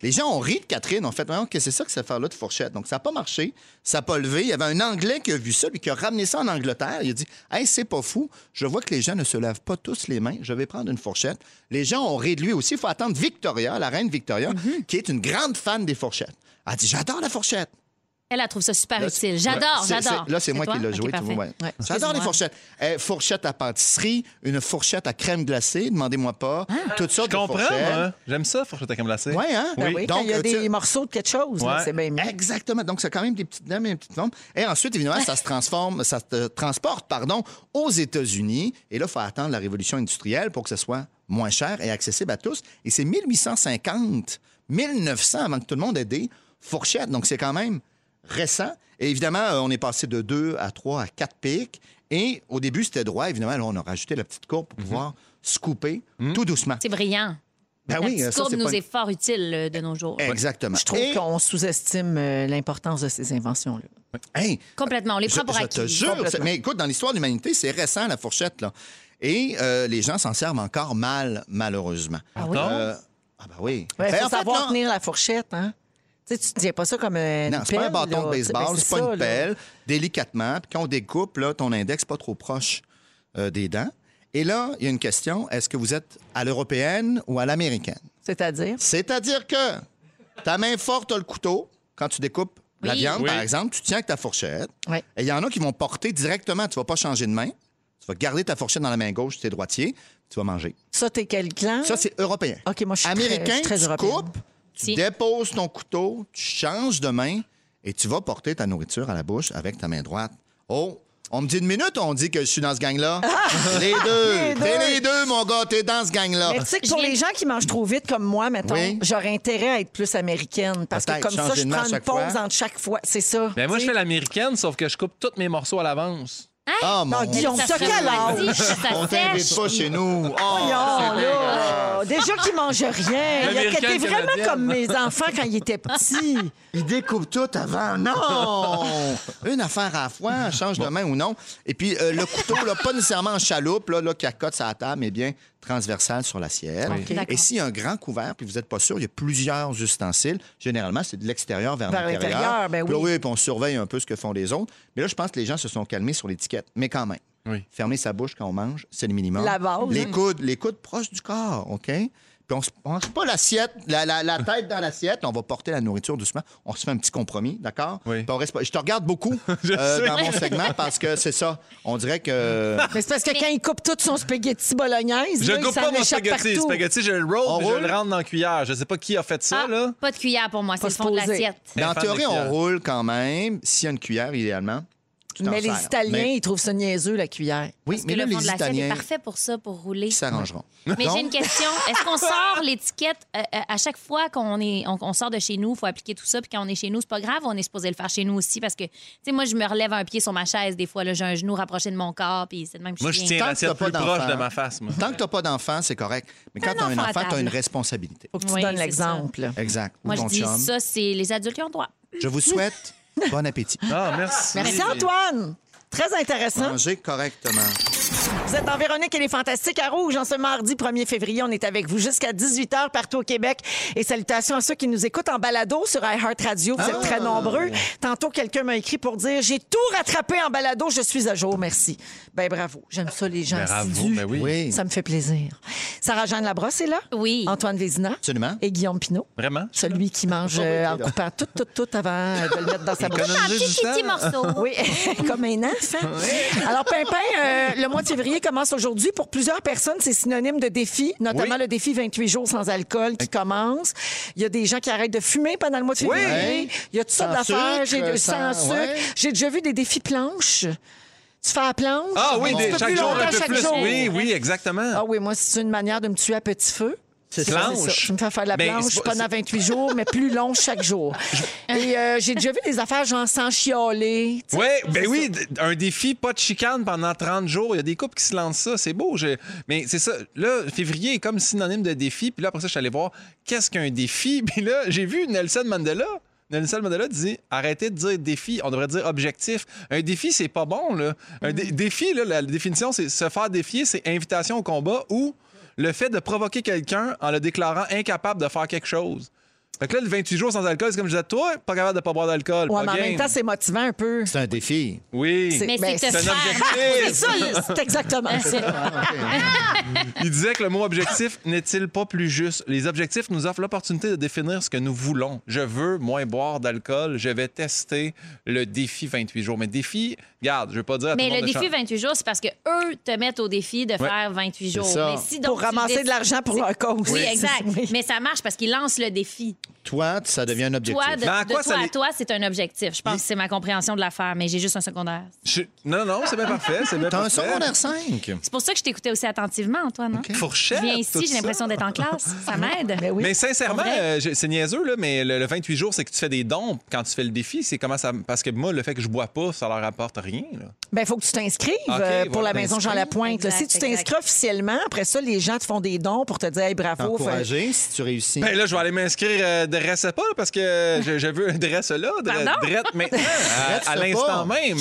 Les gens ont ri de Catherine. En fait, Voyons, qu'est-ce que c'est ça que cette affaire-là de fourchette? Donc, ça n'a pas marché. Ça n'a pas levé. Il y avait un Anglais qui a vu ça, lui, qui a ramené ça en Angleterre. Il a dit Hey, c'est pas fou. Je vois que les gens ne se lavent pas tous les mains. Je vais prendre une fourchette. Les gens ont ri de lui aussi. Il faut attendre Victoria, la reine Victoria, qui est une grande fan des fourchettes. Elle dit J'adore la fourchette.
Elle, elle trouve ça super
Là,
utile.
c'est-
Ah, J'adore,
c'est-
j'adore.
c'est- Là, c'est moi
toi?
qui l'ai
Ok,
joué. tout le
parfait.
monde, ouais.
Ouais.
J'adore les
Excuse-moi.
fourchettes. Eh, fourchette à pâtisserie, une fourchette à crème glacée, demandez-moi pas. Toutes sortes
Je comprends,
de fourchettes.
moi. hein. J'aime ça, fourchette à crème glacée.
Ouais, hein?
Ben oui, quand il y a
euh, tu-
des morceaux de quelque chose, là,
Ouais.
c'est bien mieux.
Exactement. Donc, c'est quand même des petites dames et des petites membres. Et ensuite, évidemment, ça se transforme, ça se transporte, pardon, aux États-Unis. Et là, il faut attendre la révolution industrielle pour que ce soit moins cher et accessible à tous. Et c'est 1850, 1900 avant que tout le monde ait des fourchettes. Donc, c'est quand même récent. Et évidemment, euh, on est passé de 2 à 3 à 4 pics. Et au début, c'était droit. Évidemment, là, on a rajouté la petite courbe pour pouvoir scooper tout doucement.
Mhm. C'est brillant.
Ben
La
oui,
petite
ça,
courbe
c'est
nous
pas Eh, une-
est fort utile euh, de nos jours.
Exactement.
Je trouve
Et-
qu'on sous-estime euh, l'importance de ces inventions-là.
Hey,
Complètement. On les
Je,
prend pour
je
acquis.
te jure.
Complètement.
c'est- Mais écoute, dans l'histoire de l'humanité, c'est récent, la fourchette. Là. Et euh, les gens s'en servent encore mal, malheureusement. Ah
oui?
ah bah oui.
Il
Ben,
faut
en fait,
savoir
là-
tenir la fourchette, hein? Tu sais, tu ne tiens pas ça comme une
non, c'est pas un
pelle,
bâton
là.
de baseball,
Ben,
c'est pas
ça,
une
là.
pelle. Délicatement, puis quand on découpe, là, ton index pas trop proche euh, des dents. Et là, il y a une question. Est-ce que vous êtes à l'européenne ou à l'américaine?
C'est-à-dire?
C'est-à-dire que ta main forte a le couteau quand tu découpes la
Oui.
viande, par
Oui.
exemple, tu tiens avec ta fourchette.
Oui.
Et il y en a qui vont porter directement, tu vas pas changer de main. Tu vas garder ta fourchette dans la main gauche, tu es droitier, tu vas manger.
Ça, t'es quel clan?
Ça, c'est européen.
OK, moi, je suis très- je
Américain,
suis très
tu
européenne.
coupes, tu
Si.
déposes ton couteau, tu changes de main et tu vas porter ta nourriture à la bouche avec ta main droite. Oh, on me dit une minute, on dit que je suis dans ce gang-là. les deux, t'es
Les deux.
les deux, mon gars, t'es dans ce gang-là.
Mais tu sais que
Je
pour
viens-
les gens qui mangent trop vite, comme moi, mettons,
Oui.
j'aurais intérêt à être plus américaine. Parce que
Peut-être
comme ça,
changer
je
de main à
prends une
chaque fois.
pause entre chaque fois. C'est ça.
Ben moi,
Tu
je
sais.
fais l'américaine, sauf que je coupe tous mes morceaux à l'avance.
Ah, mon
Non,
Dieu.
Guillaume,
Ça
t'as
fait
quel
mal dit,
âge?
On
ça
t'invite
sèche.
pas chez nous. Oh,
Voyons, là. Déjà qu'ils mangent rien. Il y a que- T'es
L'américaine
vraiment
canadienne.
comme mes enfants quand ils étaient petits.
Il découpe tout avant. Non! Une affaire à la fois, on change de main ou non. Et puis, euh, le couteau, là, pas nécessairement en chaloupe, là, là, qui accote sa table, mais bien transversal sur l'assiette.
Oui. Ok.
Et s'il y a un grand couvert, puis vous n'êtes pas sûr, il y a plusieurs ustensiles. Généralement, c'est de l'extérieur vers,
Vers l'intérieur,
l'intérieur.
ben
Puis là,
oui.
puis on surveille un peu ce que font les autres. Mais là, je pense que les gens se sont calmés sur l'étiquette. Mais quand même,
Oui.
fermer sa bouche quand on mange, c'est le minimum.
La base.
Les coudes, les coudes proches du corps, OK? Puis on se penche pas l'assiette, la, la- la tête dans l'assiette. On va porter la nourriture doucement. On se fait un petit compromis, d'accord?
Oui.
Puis on reste pas- Je te regarde beaucoup
Je
euh,
sais.
dans mon segment parce que c'est ça. On dirait que...
Mais c'est parce que quand il coupe tout son spaghetti bolognaise,
Je
là, il
coupe
s'en
pas mon
échappe
spaghetti.
partout.
Spaghetti, je le roll,
On
puis je
roule?
le rentre dans la cuillère. Je sais pas qui a fait ça,
Ah,
là.
Pas de cuillère pour moi, c'est
Pas
le
se
fond de
poser.
l'assiette.
Mais en
Fan des
théorie, on
cuillères.
roule quand même. S'il y a une cuillère, idéalement, tu t'en
Mais les
sers.
Italiens,
Mais-
ils trouvent ça niaiseux, la cuillère.
oui,
Parce
mais
que
là,
le fond
les
de l'assiette est
Italiens
parfait pour ça, pour rouler.
ils s'arrangeront.
Mais
Donc-
j'ai une question. Est-ce qu'on sort l'étiquette euh, euh, à chaque fois qu'on est, on, on sort de chez nous, il faut appliquer tout ça, puis quand on est chez nous, c'est pas grave, on est supposé le faire chez nous aussi, parce que, tu sais, moi, je me relève un pied sur ma chaise des fois, là, j'ai un genou rapproché de mon corps, puis c'est de même que
Moi, je
suis
tiens
Tant
l'assiette
que t'as
plus
pas
proche
d'enfant.
de ma face, moi.
Tant que t'as pas d'enfant, c'est correct. Mais quand
un
t'as un
enfant à
enfant, t'as une
table.
responsabilité.
Faut que tu
Oui,
donnes
c'est
l'exemple.
Exact. Ou
Moi, je
ton
dis
chum.
ça, c'est les adultes qui ont le droit.
Je vous souhaite bon appétit.
Hein?
Ah, merci.
Merci, Antoine. Très intéressant.
Mangez correctement.
Vous êtes dans Véronique et les Fantastiques à Rouge. En ce mardi 1er février, on est avec vous jusqu'à 18h partout au Québec. Et salutations à ceux qui nous écoutent en balado sur iHeartRadio. Vous êtes très nombreux. Tantôt, quelqu'un m'a écrit pour dire « J'ai tout rattrapé en balado, je suis à jour, merci. » Ben bravo. J'aime ça, les gens
Ben, bravo,
assidus.
ben oui.
Oui.
Ça me fait plaisir. Sarah-Jeanne Labrosse est là.
Oui.
Antoine Vézina.
Absolument.
Et Guillaume Pinault.
Vraiment?
Celui qui mange euh, en coupant tout, tout, tout avant de le mettre dans sa bouche.
Un petit, petit morceau.
Oui, comme un enfant. Alors, Pimpin, euh, le mois de février commence aujourd'hui. Pour plusieurs personnes, c'est synonyme de défi, notamment
Oui.
le défi 28 jours sans alcool qui commence. Il y a des gens qui arrêtent de fumer pendant le mois de février.
Oui.
Il y a toutes sortes
Sans
d'affaires. J'ai
sucre,
de- sans,
sans-
sucre.
ouais.
J'ai déjà vu des défis planches. Tu fais la planche?
Ah oui,
un
des-
petit peu
chaque
plus
jour
longtemps,
un peu
chaque
plus.
jour.
Oui, oui, exactement.
Ah oui, moi, c'est une manière de me tuer à petit feu. C'est
Planche.
ça, c'est ça. Je me fais faire la
Mais
planche
Ben, c'est pas-
pendant 28 jours, mais plus long chaque jour. Et euh, j'ai déjà vu des affaires genre sans chialer. tu sais.
Ouais, ben oui, d- un défi, pas de chicane pendant 30 jours. Il y a des couples qui se lancent ça, c'est beau. je- Mais c'est ça, là, février est comme synonyme de défi. Puis là, après ça, je suis allé voir qu'est-ce qu'un défi. Puis là, j'ai vu Nelson Mandela. Nelson Mandela dit arrêtez de dire défi, on devrait dire objectif. Un défi, c'est pas bon, là. Un
Mm.
dé- défi, là, la définition, c'est se faire défier, c'est invitation au combat ou le fait de provoquer quelqu'un en le déclarant incapable de faire quelque chose. Fait que là, le 28 jours sans alcool, c'est comme je disais, toi, pas capable de pas boire d'alcool.
Ouais,
pas
mais en même
game.
temps, c'est motivant un peu.
C'est un défi.
Oui.
c'est-
Mais
ben,
c'est te
c'est un
faire.
objectif.
C'est exactement ça.
Il disait que le mot objectif n'est-il pas plus juste? Les objectifs nous offrent l'opportunité de définir ce que nous voulons. Je veux moins boire d'alcool. Je vais tester le défi 28 jours. Mais défi, regarde, je veux pas dire à tout
Mais
monde
le
de
défi
chan-
28 jours, c'est parce que eux te mettent au défi de faire 28 jours.
ça.
Mais si donc
Pour
tu
ramasser
décides-
de l'argent pour leur cause.
Oui, exact.
Oui.
Mais ça marche parce qu'ils lancent le défi.
Toi, ça devient un objectif.
Toi, de,
Mais à
de
quoi
toi
ça
à
les-
toi, c'est un objectif. Je pense que c'est ma compréhension de l'affaire, mais j'ai juste un secondaire.
Je- Non, non, non, c'est bien parfait. C'est bien
T'as un
parfait.
secondaire 5.
C'est pour ça que je t'écoutais aussi attentivement, Antoine. non?
Fourchette.
Je viens
tout
ici, j'ai
ça.
l'impression d'être en classe. Ça m'aide.
Ben oui.
Mais sincèrement,
En vrai.
euh, je- c'est niaiseux, là, mais le, le 28 jours, c'est que tu fais des dons quand tu fais le défi. C'est comment ça. Parce que moi, le fait que je bois pas, ça leur apporte rien. là.
Ben, faut que tu t'inscrives
Ok,
euh, pour
voilà,
la maison
t'inscris.
Jean Lapointe. là. si
Exact,
tu t'inscris
exact.
officiellement, après ça, les gens te font des dons pour te dire hey, bravo. fait-
Encouragé, si tu réussis.
Ben là, je vais aller m'inscrire euh, dresse pas là, parce que je, je veux dresse là, dre-
Pardon?
drette maintenant, à- à,
Dresse
l'instant
pas.
même.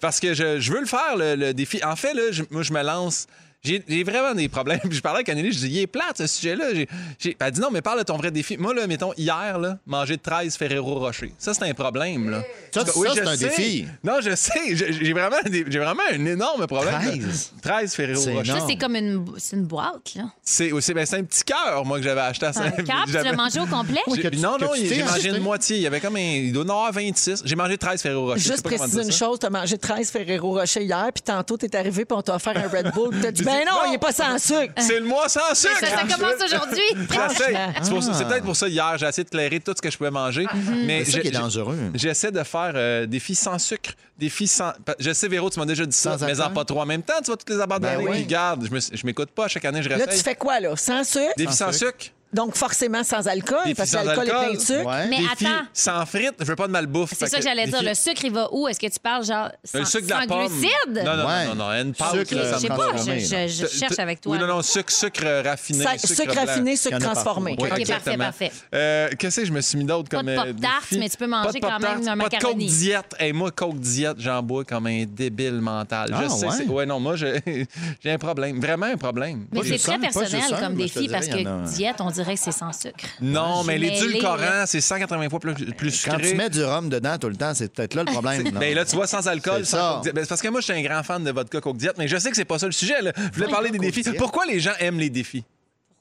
Parce que je, je veux le faire, le, le défi. En fait, là, je- moi, je me lance. J'ai j'ai vraiment des problèmes. Puis je parlais avec Anneli, je dis, il est plate ce sujet-là. J'ai- j'ai- Elle dit, non, mais parle de ton vrai défi. Moi, là, mettons, hier, là, manger 13 Ferrero Rocher. Ça, c'est un problème. Là.
Ça,
Parce que-
ça, c'est
je
un
sais.
défi.
Non, je sais. J'ai j'ai vraiment, des- j'ai vraiment un énorme problème.
13?
13 Ferrero
C'est
Rocher.
Ça,
Non.
c'est comme une, bo- c'est une boîte, là.
C'est aussi- ben, c'est un petit cœur, moi, que j'avais acheté à
C'est un cap, tu l'as
J'avais-
mangé au complet?
Oui.
j'ai-
que tu-
non,
que
non,
tu t'es
j'ai mangé
acheté.
une moitié. Il y avait comme un. Il doit en avoir 26. J'ai mangé 13 Ferrero Rocher. Je sais
Juste
pas comment
préciser
dire
une
ça.
chose, t'as mangé 13 Ferrero Rocher hier, puis tantôt t'es arrivé puis on t'a offert un Red Bull, puis t'as dit ben non, il est pas sans sucre.
C'est le mois sans sucre!
Ça, ça commence aujourd'hui.
J'essaie. C'est pour ça- c'est peut-être pour ça hier, j'ai essayé de clairer tout ce que je pouvais manger.
Ah. Mhm.
Mais
Ah. C'est ça qui est
j'ai-
dangereux.
J'essaie de faire euh, des filles sans sucre, des filles sans. pa- Je sais, Véro, tu m'as déjà dit ça,
Sans
mais en
alcool.
pas trois en même temps, tu vas toutes les abandonner.
Ben oui.
Puis garde, je me- je m'écoute pas, chaque année, je
Là, tu
réessaye.
fais quoi, là? Sans sucre?
Des filles sans sucre,
Donc, forcément sans alcool,
Des
parce que
filles sans
l'alcool est plein de
alcool.
sucre.
Ouais.
Mais
des
attends.
filles sans frites, je veux pas de malbouffe.
C'est
Fait
ça que j'allais dire.
des
Le
filles-
sucre, il va où? Est-ce que tu parles genre sans,
Le sucre de la
sans
pomme.
glucides?
Non, non,
Ouais.
non, non, non, une pâte,
Sucre,
Ok,
là,
je sais
ça me
pas,
va.
je,
transformé,
je- je cherche avec toi.
Oui, non, non, sucre, sucre euh, raffiné.
Sa-
sucre,
sucre
blanc.
raffiné, sucre
Il y en a
transformé.
Oui,
Ok, parfait,
exactement.
parfait.
Euh, Qu'est-ce que je me suis mis d'autre
Pas
comme.
de
euh,
Pop-Tart,
défi?
mais tu peux manger
Pas de
quand même
Pop-Tart, Pas
un
de coke
macaroni.
diète. et moi, coke diète, j'en bois comme un débile mental.
Ah,
je sais.
ouais?
c'est- non, moi, je- j'ai un problème. Vraiment un problème.
Mais
Pas
c'est
juste
très
simple, pas juste
personnel
simple,
comme
moi, je te
défi parce
dirais, il y en
que
a-
diète, on dirait que c'est sans sucre.
Non, mais
j'ai mêlé,
l'édulcorant,
là.
c'est 180 fois plus, plus sucré.
Quand tu mets du rhum dedans tout le temps, c'est peut-être là le problème. non?
Ben là, tu vois, sans alcool,
C'est
sans
ça.
Coke Diet. Ben, c'est parce que moi, je suis un grand fan de vodka Coke Diet, mais je sais que c'est pas ça le sujet. là. Je voulais
Oui,
parler des
Coke
défis.
Diet.
Pourquoi les gens aiment les défis?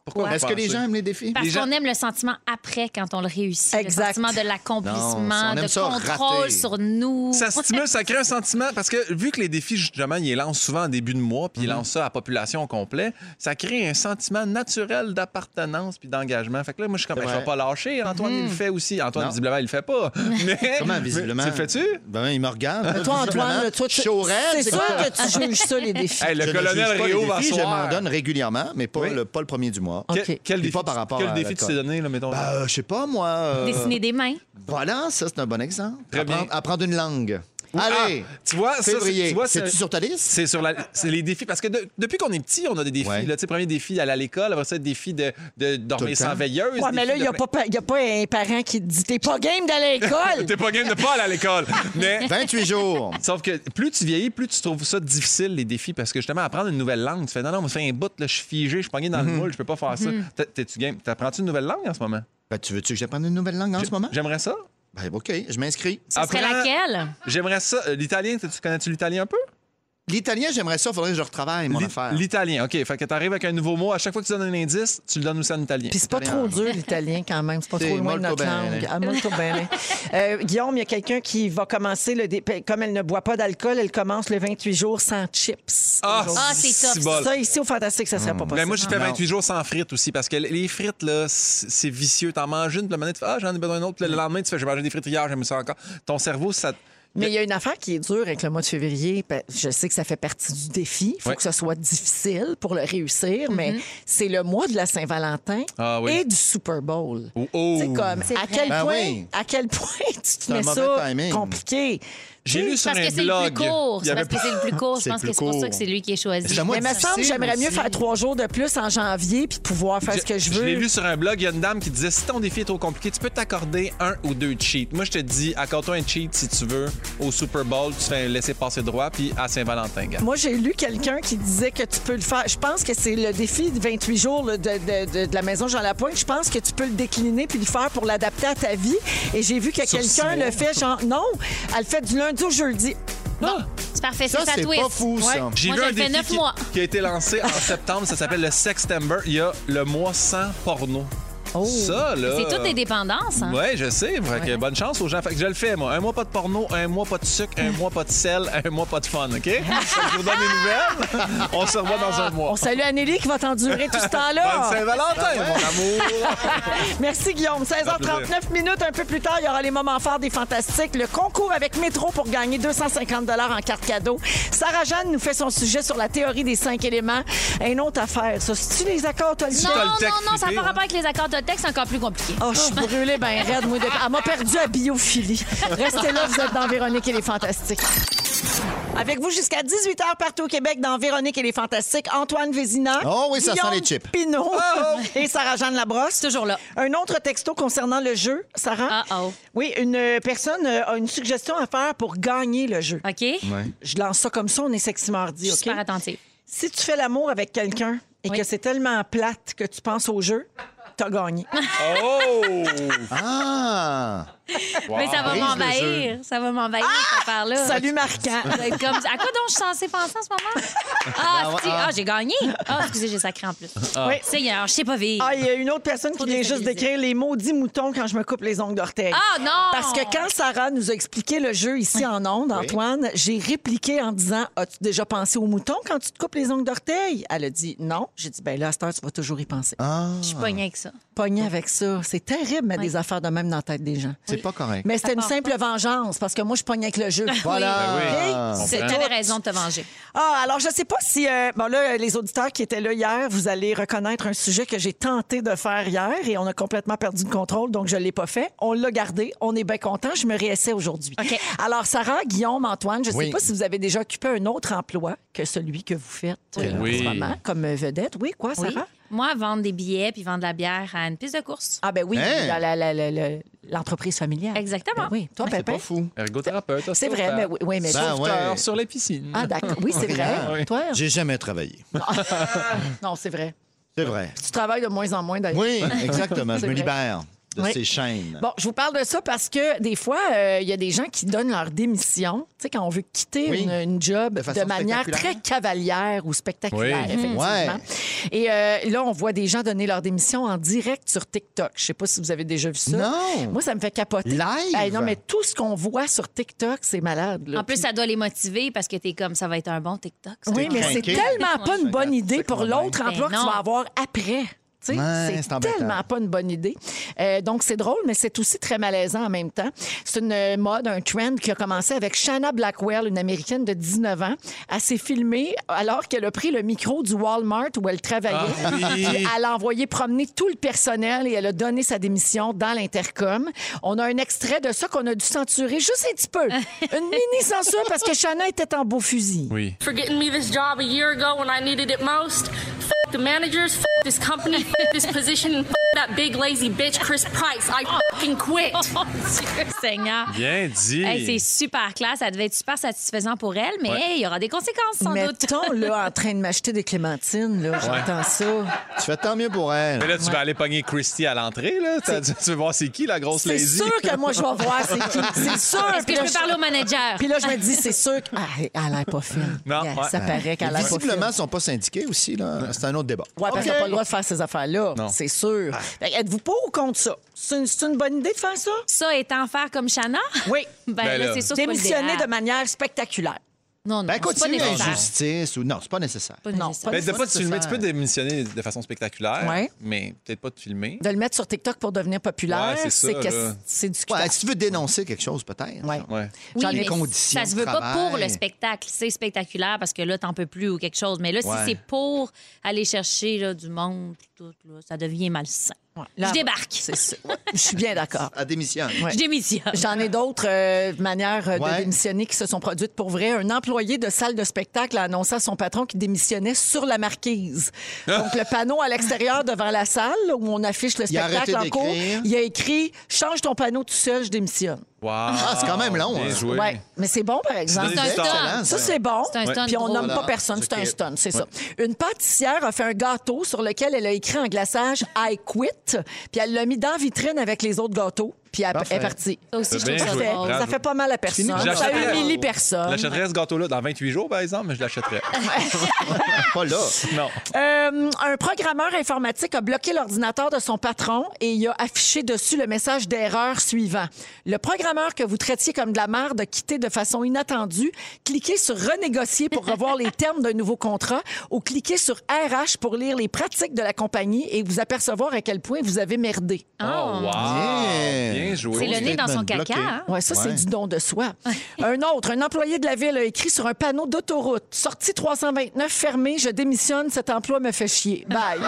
Pourquoi?
Est-ce
vous
que les
pensez?
gens aiment les défis?
Parce
Les gens-
qu'on aime le sentiment après quand on le réussit.
Exact.
Le sentiment de
Non,
l'accomplissement,
on
de
aime ça
contrôle
rater.
sur nous.
Ça stimule, ça crée un sentiment parce que vu que les défis justement, ils les lancent souvent en début de mois
Mhm.
puis ils lancent ça à la population au complet, ça crée un sentiment naturel d'appartenance puis d'engagement. Fait que là moi je suis comme
C'est
ben, je
vrai.
vais pas lâcher, Antoine
Mhm.
il le fait aussi. Antoine
Non.
visiblement il le fait pas. Mais
Comment,
mais-
visiblement?
Tu le fais-tu
Ben, il me regarde.
Mais toi, Antoine, là, toi, tu-
Je suis au rêve,
c'est
c'est
sûr
quoi?
que tu juges ça, les défis.
Hey, le
Je ne juge
colonel
pas
Rio
les
va
défis, Je m'en
soir.
donne régulièrement, mais pas,
Oui.
le, pas le premier du mois.
Quel,
OK.
quel
Puis
défi,
pas par rapport
quel
à
défi tu t'es
l'alcool.
donné là mettons
Ben, je sais pas, moi. euh,
Dessiner des mains.
Voilà, ça, c'est un bon exemple.
Très bien.
apprendre, apprendre une langue. Allez!
Ah, tu vois, ça, c'est-
février.
tu vois, c'est-
C'est-tu sur ta liste?
C'est sur la- c'est les défis. Parce que de- depuis qu'on est petit, on a des défis.
Ouais.
là. Tu sais, premier défi, aller à l'école. Après ça, défi de, de dormir
le
sans
temps.
veilleuse.
Ouais, mais
défi
là,
de
il n'y a,
plein-
pas pa- y a pas un parent qui te dit T'es pas game d'aller à l'école.
T'es pas game de pas aller à l'école. mais
28 jours.
Sauf que plus tu vieillis, plus tu trouves ça difficile, les défis, parce que justement, apprendre une nouvelle langue, tu fais non, non, on me fait un bout, là, je suis figé, je suis pogné
Mhm.
dans le moule, je peux pas faire ça. T'es- T'es-tu game? T'apprends-tu une nouvelle langue en ce moment?
Ben, tu veux-tu que j'apprenne une nouvelle langue en ce moment?
J'aimerais ça.
Ben, OK, je m'inscris.
Ça serait
Apprends-
laquelle?
J'aimerais ça. Euh, L'italien, t'es- tu connais-tu l'italien un peu?
L'italien, j'aimerais ça, faudrait que je retravaille mon
L'i-
affaire.
L'italien, OK. Fait que t'arrives avec un nouveau mot. À chaque fois que tu donnes un indice, tu le donnes aussi en italien.
Puis c'est pas trop dur, l'italien, quand même. C'est pas
C'est
trop loin de
molto
notre
bene.
langue. Ah, molto bene. Euh, Guillaume, il y a quelqu'un qui va commencer le dé- ben, Comme elle ne boit pas d'alcool, elle commence le 28 jours sans chips.
Ah,
aujourd'hui.
Ah, c'est tough,
si bol.
Ça, ici, au Fantastique, ça serait pas possible.
Ben moi, j'ai fait
Non.
28 jours sans frites aussi, parce que les frites, là, c'est c'est
Mm.
vicieux. T'en manges une, puis le moment, tu fais Ah, j'en ai besoin d'une autre. Puis Le lendemain, tu fais J'ai mangé des frites hier, j'aime ça encore. Ton cerveau, ça.
Mais il y a une affaire qui est dure avec le mois de février. Ben, Je sais que ça fait partie du défi. Il faut
Ouais.
que ce soit difficile pour le réussir, mais
Mm-hmm.
c'est le mois de la Saint-Valentin
Ah oui.
et du Super Bowl.
Oh, oh.
C'est comme
C'est
à
vrai.
quel,
Ben
point,
oui.
à quel point tu te
un
mets
mauvais
ça
timing.
compliqué.
J'ai lu sur
Parce que
un
c'est le
blog.
plus court.
il y
C'est
avait
parce que c'est le plus court. Je
C'est
pense
le
que
plus
c'est pour ça
court.
que c'est lui qui est choisi.
C'est un mois
Mais me semble
difficile
j'aimerais mieux
aussi.
faire trois jours de plus en janvier puis pouvoir faire ce que je veux.
l'ai lu sur un blog, il y a une dame qui disait si ton défi est trop compliqué, tu peux t'accorder un ou deux cheats. Moi, je te dis, accorde-toi un cheat si tu veux. Au Super Bowl, tu fais un laisser-passer droit, puis à Saint-Valentin, gars.
Moi, j'ai lu quelqu'un qui disait que tu peux le faire. Je pense que c'est le défi de 28 jours là, de, de- de- de la maison Jean Lapointe. Je pense que tu peux le décliner puis le faire pour l'adapter à ta vie. Et j'ai vu que
Sur six
quelqu'un
mois.
le fait, genre, non, elle le fait du lundi au jeudi.
C'est parfait,
Ça,
c'est ta
c'est
twist.
pas fou, ça.
Ouais.
J'ai
Moi,
vu
je
un
le fais
défi
neuf
qui,
mois.
qui a été lancé en septembre, ça s'appelle le Sextember. Il y a le mois sans porno. Ça, là.
Oh. C'est toutes des dépendances. hein.
Oui, je sais. Fait que bonne chance aux gens. Fait que je le fais, moi. Un mois pas de porno, un mois pas de sucre, un mois pas de sel, un mois pas de fun, OK? Je vous donne des nouvelles. On se Ah revoit dans un mois.
On salue Anneli qui va t'endurer tout ce
Bonne
temps-là.
Saint-Valentin, mon amour!
Merci, Guillaume. 16h39 minutes, un peu plus tard, il y aura les moments forts des Fantastiques. Le concours avec Métro pour gagner 250 en carte cadeau. Sarah-Jeanne nous fait son sujet sur la théorie des cinq éléments. Un autre affaire, ça. Si tu les accords, toi, le
Non,
t'as le
non,
texte
non, ça n'a
flippé,
pas
hein.
rapport avec les accords de texte, c'est encore plus compliqué.
Oh, je suis brûlée, ben raide, moi. de- Elle m'a perdu à biophilie. Restez là, vous êtes dans Véronique et les Fantastiques. Avec vous jusqu'à 18h partout au Québec dans Véronique et les Fantastiques. Antoine Vézina.
Oh oui, ça sent
Guillaume
les chips. Oh,
Pinot et Sarah-Jeanne Labrosse.
Toujours là.
Un autre texto concernant le jeu, Sarah.
Ah, oh.
Oui, une euh, personne euh, a une suggestion à faire pour gagner le jeu.
OK? Je
Je lance ça comme ça, on est sexy mardi,
suis
OK?
super attentive.
Si tu fais l'amour avec quelqu'un et
Oui.
que c'est tellement plate que tu penses au jeu, t'as gagné.
Oh!
Ah!
Mais ça va
brise le
m'envahir. Ça va m'envahir, cette affaire-là.
Salut Marquant.
Vous êtes comme- À quoi donc je suis censée penser en ce moment? Ah,
Ben, ouais,
c'est-
ah.
ah, j'ai gagné. Ah, excusez, j'ai sacré en plus.
Oui.
Ça y est, alors, je sais pas vivre.
Ah, il y a une autre personne qui
Faut
vient juste
déstabiliser.
d'écrire les maudits moutons quand je me coupe les ongles d'orteil.
Ah, non!
Parce que quand Sarah nous a expliqué le jeu ici en ondes, Antoine, j'ai répliqué en disant As-tu déjà pensé aux moutons quand tu te coupes les ongles d'orteil Elle a dit non. J'ai dit Ben là, à cette heure, tu vas toujours y penser.
Ah!
Je suis pas avec ça.
Pogné avec ça. C'est terrible, mais des affaires de même dans la tête des gens.
C'est pas correct.
Mais c'était une
part
simple vengeance parce que moi, je pognais avec le jeu.
Voilà! Ben,
Tu
comprends.
avais raison de te venger.
Ah, alors je sais pas si euh, bon là les auditeurs qui étaient là hier, vous allez reconnaître un sujet que j'ai tenté de faire hier et on a complètement perdu le contrôle donc je l'ai pas fait. On l'a gardé, on est bien content, je me réessaie aujourd'hui.
OK.
Alors Sarah, Guillaume, Antoine, je sais
Oui.
pas si vous avez déjà occupé un autre emploi que celui que vous faites euh,
Oui.
en ce moment comme vedette. Oui, quoi Sarah
Oui. Moi, vendre des billets puis vendre de la bière à une piste de course.
Ah ben oui,
Hein?
la- la- la- la- la- l'entreprise familiale.
Exactement.
Ben oui, toi
Ah, C'est
Pépin.
pas fou.
Ergothérapeute,
C'est vrai, mais oui, oui, mais
Ben ouais.
Sauveteur sur les piscines.
Ah d'accord, oui, c'est vrai.
Oui.
Toi
J'ai jamais travaillé.
Non, c'est vrai.
C'est vrai.
Tu travailles de moins en moins d'ailleurs.
Oui, exactement. Je
C'est
me
vrai.
libère de
Oui.
ces chaînes.
Bon, je vous parle de ça parce que des fois, euh, il y a des gens qui donnent leur démission, tu sais, quand on veut quitter
Oui.
une, une job de,
De façon
manière très
spectaculaire.
cavalière ou spectaculaire,
Oui.
effectivement.
Ouais.
Et euh, là, on voit des gens donner leur démission en direct sur TikTok. Je sais pas si vous avez déjà vu ça.
Non.
Moi, ça me fait capoter.
Live?
Hey, non, mais tout ce qu'on voit sur TikTok, c'est malade. là.
En plus, ça doit les motiver parce que t'es comme ça va être un bon TikTok. ça.
oui, mais c'est
craqué.
tellement pas une bonne idée pour l'autre
Ben
emploi que tu
non.
vas avoir après. Tu sais,
Ouais, c'est
c'est
embêtant.
tellement pas une bonne idée. Euh, donc, c'est drôle, mais c'est aussi très malaisant en même temps. C'est une euh, mode, un trend qui a commencé avec Shanna Blackwell, une Américaine de 19 ans. Elle s'est filmée alors qu'elle a pris le micro du Walmart où elle travaillait.
Ah oui.
Puis elle a envoyé promener tout le personnel et elle a donné sa démission dans l'intercom. On a un extrait de ça qu'on a dû censurer juste un petit peu. Une mini-censure parce que Shanna était en beau fusil.
Oui.
for getting me this job a year ago when I needed it most. F- the managers, f- this company, f- this position, and f- that big lazy bitch Chris Price. I fucking quit.
Mon Dieu Seigneur.
Bien dit.
Hey, c'est super classe. Ça devait être super satisfaisant pour elle, mais hey, il y aura des conséquences sans doute.
Mettons, là, en train de m'acheter des clémentines, là, j'entends ça.
Tu fais tant mieux pour
mais
elle.
là, tu vas aller pogner Christy à l'entrée, là. Tu, tu veux voir c'est qui, la grosse
C'est
lazy?
sûr que moi, je vais voir c'est qui. C'est sûr.
Est-ce que
Puis
je
là,
peux parler au manager?
Puis là, je me dis, c'est sûr que- Ah, elle a l'air pas fine.
Non,
Yeah,
ouais.
Ça paraît qu'elle a l'air pas fine.
Visiblement, ils sont pas syndiqués aussi. là. C'est un autre débat. Ben,
Ouais, parce
OK.
qu'on n'a pas le droit de faire ces affaires-là,
Non.
c'est sûr. Fait que Êtes-vous pas au compte ça? C'est une, c'est une bonne idée de faire ça?
Ça étant faire comme Shanna,
Oui.
ben,
Ben
là,
là.
c'est sûr que c'est pas
Démissionner
le
de manière spectaculaire.
Non, non,
Ben,
c'est pas
continue
nécessaire.
l'injustice ou. Non, c'est pas nécessaire.
Pas
Non,
nécessaire.
Ben, de
c'est
pas te filmer, tu peux
nécessaire.
démissionner de façon spectaculaire,
Ouais.
mais peut-être pas te filmer.
De le mettre sur TikTok pour devenir populaire,
Ouais, c'est ça,
c'est que
là.
c'est du
Ouais, si tu veux dénoncer quelque chose, peut-être.
Ouais.
Ouais.
Oui,
Genre les
mais
conditions
Ça se
de
veut pas
travail.
pour le spectacle. C'est spectaculaire parce que là, t'en peux plus ou quelque chose. Mais là,
Ouais.
si c'est pour aller chercher là, du monde, pis tout, là, ça devient malsain.
Ouais, là,
Je débarque.
c'est ça. Ouais, Je suis bien d'accord.
À démission.
Ouais.
Je démissionne.
J'en ai d'autres euh, manières euh, de
Ouais.
démissionner qui se sont produites pour vrai. Un employé de salle de spectacle a annoncé à son patron qu'il démissionnait sur la marquise. Donc, le panneau à l'extérieur devant la salle là, où on affiche le
Ah! Il a
spectacle en
arrêté
cours,
d'écrire.
il a écrit « Change ton panneau tout seul, je démissionne
Wow.
Ah, c'est quand même long,
Bien
hein.
joué.
Ouais. Mais c'est bon, par exemple.
C'est un
Excellent,
stunt.
ça.
Ça, c'est bon.
C'est un stunt
Puis on
drôle.
nomme pas
Voilà.
personne. C'est un
Ok.
stun, c'est ça. Une pâtissière a fait un gâteau sur lequel elle a écrit en glaçage I quit. Puis elle l'a mis dans la vitrine avec les autres gâteaux. Puis elle elle est partie.
Ça aussi, je
Bien
trouve ça
joué.
Fait-
drôle.
Bravo.
Ça fait pas mal à personne.
Je
Ça
l'achèterais.
humilie
Je
personne.
l'achèterais ce gâteau-là dans 28 jours, par exemple, mais je l'achèterais.
Pas là.
non.
Euh, un programmeur informatique a bloqué l'ordinateur de son patron et il a affiché dessus le message d'erreur suivant. Le programmeur que vous traitiez comme de la merde a quitté de façon inattendue. Cliquez sur renégocier pour revoir les termes d'un nouveau contrat ou cliquez sur RH pour lire les pratiques de la compagnie et vous apercevoir à quel point vous avez merdé.
Oh, wow.
Yeah.
Bien joué.
C'est le nez dans son
Bloqué.
caca. hein?
Ouais, ça, c'est
Ouais.
du don de soi. un autre, un employé de la ville a écrit sur un panneau d'autoroute Sortie 329 fermée, je démissionne, cet emploi me fait chier. Bye.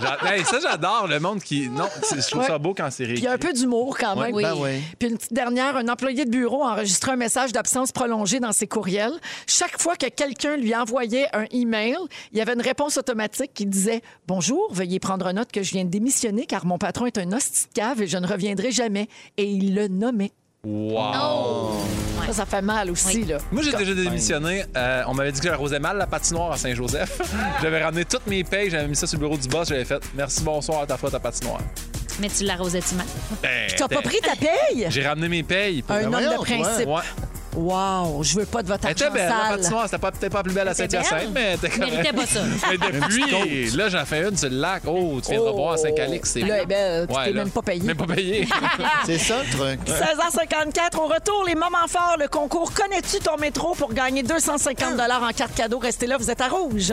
J'a- Hey, ça, j'adore le monde qui. Non, c'est- je trouve ça beau quand c'est
Puis
réécrit.
il y a un peu d'humour quand même.
Ouais, ben oui.
Puis une petite dernière, un employé de bureau a enregistré un message d'absence prolongée dans ses courriels. Chaque fois que quelqu'un lui envoyait un email, il y avait une réponse automatique qui disait Bonjour, veuillez prendre note que je viens de démissionner car mon patron est un hostie de cave et je ne reviendrai jamais. Et il le nommait.
Oh!
Ça, ça fait mal aussi, là.
Moi, j'ai déjà démissionné. Euh, on m'avait dit que j'arrosais mal la patinoire à Saint-Joseph. j'avais ramené toutes mes payes, j'avais mis ça sur le bureau du boss, j'avais fait merci, bonsoir, t'as fait ta patinoire.
Mais tu l'arrosais-tu mal?
Ben,
Tu n'as pas
t'es-
pris ta paye?
J'ai ramené mes payes. puis-
Un
Ben
homme
voyons,
toi.
de principe.
Ouais.
Wow, je veux pas de votre
Elle était
argent
belle, la
sale.
patinoire. C'était pas- peut-être pas la plus belle à
C'était
Saint-Hyacinthe,
belle.
mais elle était quand
Méritait
même.
pas ça.
Mais depuis, là, j'en fais une sur le lac. Oh, tu viens de
Oh.
boire à Saint-Calix. C'est
Là,
beau.
eh ben, tu t'es
là.
même pas payé.
Même pas payé.
C'est ça le truc.
16h54, au retour, les moments forts, le concours Connais-tu ton métro pour gagner 250 en carte cadeau? Restez là, vous êtes à rouge.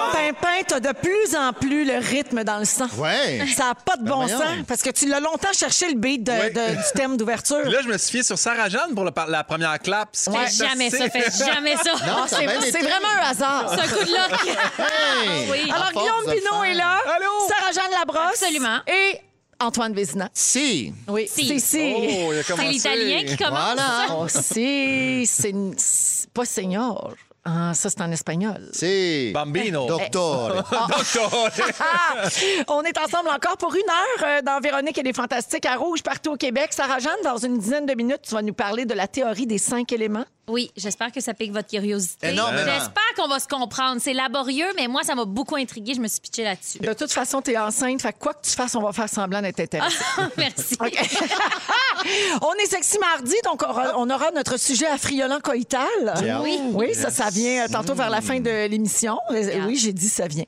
Pimpin, t'as de plus en plus le rythme dans le sang.
Ouais. Ben
Ça n'a pas de bon
voyons.
sens, parce que tu l'as longtemps cherché le beat de-
Oui.
de- du thème d'ouverture.
Là, je me suis fié sur Sarah Jeanne pour le par- la première clap. C'est
Fais jamais ça,
fantastique.
fais jamais ça.
Non, ça a
C'est
ben,
bien été.
c'est vraiment un hasard.
C'est un coup de lock. Ah
Hey!
Oui.
À
Alors,
force
Guillaume
de
Pinot
faire.
est là.
Allô?
Sarah-Jeanne Labrosse.
Absolument.
Et Antoine Vézina.
Si.
Oui,
Si.
c'est si.
Oh, il a
C'est
commencé.
l'Italien qui commence.
Voilà.
Oh, si, c'est une- c'est pas senior. Ah, ça, c'est en espagnol.
Si.
Bambino.
Doctor.
Ah! On est ensemble encore pour une heure euh, dans Véronique et les Fantastiques à Rouge partout au Québec. Sarah-Jeanne, dans une dizaine de minutes, tu vas nous parler de la théorie des cinq éléments.
Oui, j'espère que ça pique votre curiosité.
Énormément.
J'espère qu'on va se comprendre. C'est laborieux, mais moi, ça m'a beaucoup intrigué. Je me suis pitchée là-dessus.
De toute façon, tu es enceinte, fait que quoi que tu fasses, on va faire semblant d'être
Ah!
intéressé.
Merci.
on est sexy mardi, donc on aura, on aura notre sujet à friolant coïtal.
Oui.
Oui, ça, ça vient euh, tantôt vers la fin de l'émission. Euh, Oui, j'ai dit ça vient.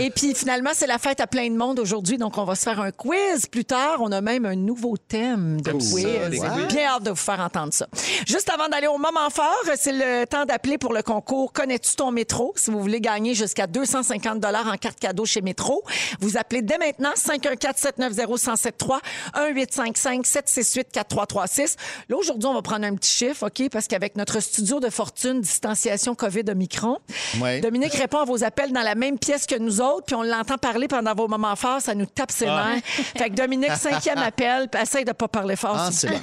Et puis finalement, c'est la fête à plein de monde aujourd'hui, donc on va se faire un quiz plus tard. On a même un nouveau thème de
ça, des
quiz.
quiz.
euh, Bien hâte de vous faire entendre ça. Juste avant d'aller au moment fort, c'est le temps d'appeler pour le concours Connais-tu ton métro? Si vous voulez gagner jusqu'à 250 en carte cadeau chez Métro, vous appelez dès maintenant 514-790-1073 1-855-768-4336. Là, aujourd'hui, on va prendre un petit chiffre, OK? Parce qu'avec notre studio de fortune, distanciation COVID Omicron,
Ouais.
Dominique répond à vos appels dans la même pièce que nous autres, puis on l'entend parler pendant vos moments forts, ça nous tape ses nerfs. Fait que Dominique, cinquième appel, puis essaye de pas parler fort.
Ah, c'est
s'il
bon.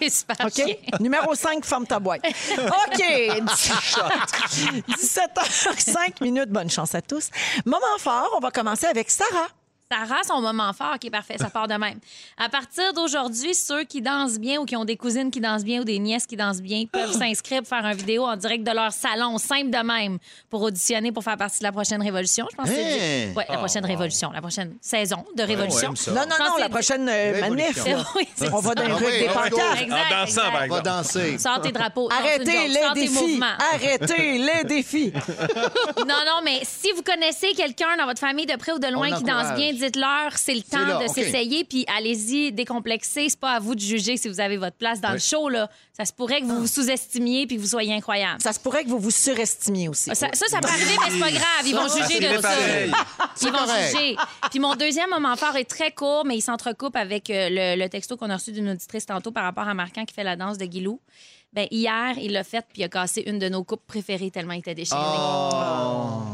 C'est super
OK?
chien.
Numéro 5, ferme ta boîte. OK. 17h05 minutes. Bonne chance à tous. Moment fort, on va commencer avec Sarah.
Sarah, son moment fort, qui est parfait, ça part de même. À partir d'aujourd'hui, ceux qui dansent bien ou qui ont des cousines qui dansent bien ou des nièces qui dansent bien peuvent s'inscrire pour faire une vidéo en direct de leur salon, simple de même, pour auditionner pour faire partie de la prochaine révolution. Je pense que c'est
Hey!
ouais, la prochaine révolution, la prochaine saison de révolution.
aime ça.
Hein? Non, non, non,
Censé-
la prochaine euh, manif.
Révolution.
Oui, c'est
On va dans les
Ah
rues avec
oui,
des
on
pancartes.
Exact,
En dansant,
exact.
par
Va
exemple.
danser.
Sors tes drapeaux. sors tes
Arrêtez
jokes,
les
sors tes
défis.
mouvements.
Arrêtez les défis.
Non, non, mais si vous connaissez quelqu'un dans votre famille de près ou de loin
On
qui
encourage.
danse bien, dites-leur, c'est le temps
là,
de
OK.
s'essayer, puis allez-y, décomplexez. C'est pas à vous de juger si vous avez votre place dans le show, là. Ça se pourrait que vous vous sous-estimiez puis que vous soyez incroyable.
Ça se pourrait que vous vous surestimiez aussi.
Ah, Ça, ça, ça peut arriver, mais c'est pas grave. Ils vont
Ça,
juger
c'est
de ça.
pareil.
Ils vont
correct.
juger. Puis mon deuxième moment fort est très court, mais il s'entrecoupe avec euh, le, le texto qu'on a reçu d'une auditrice tantôt par rapport à Marquant qui fait la danse de Guilou. Ben, hier, il l'a fait, puis il a cassé une de nos coupes préférées tellement il était déchiré.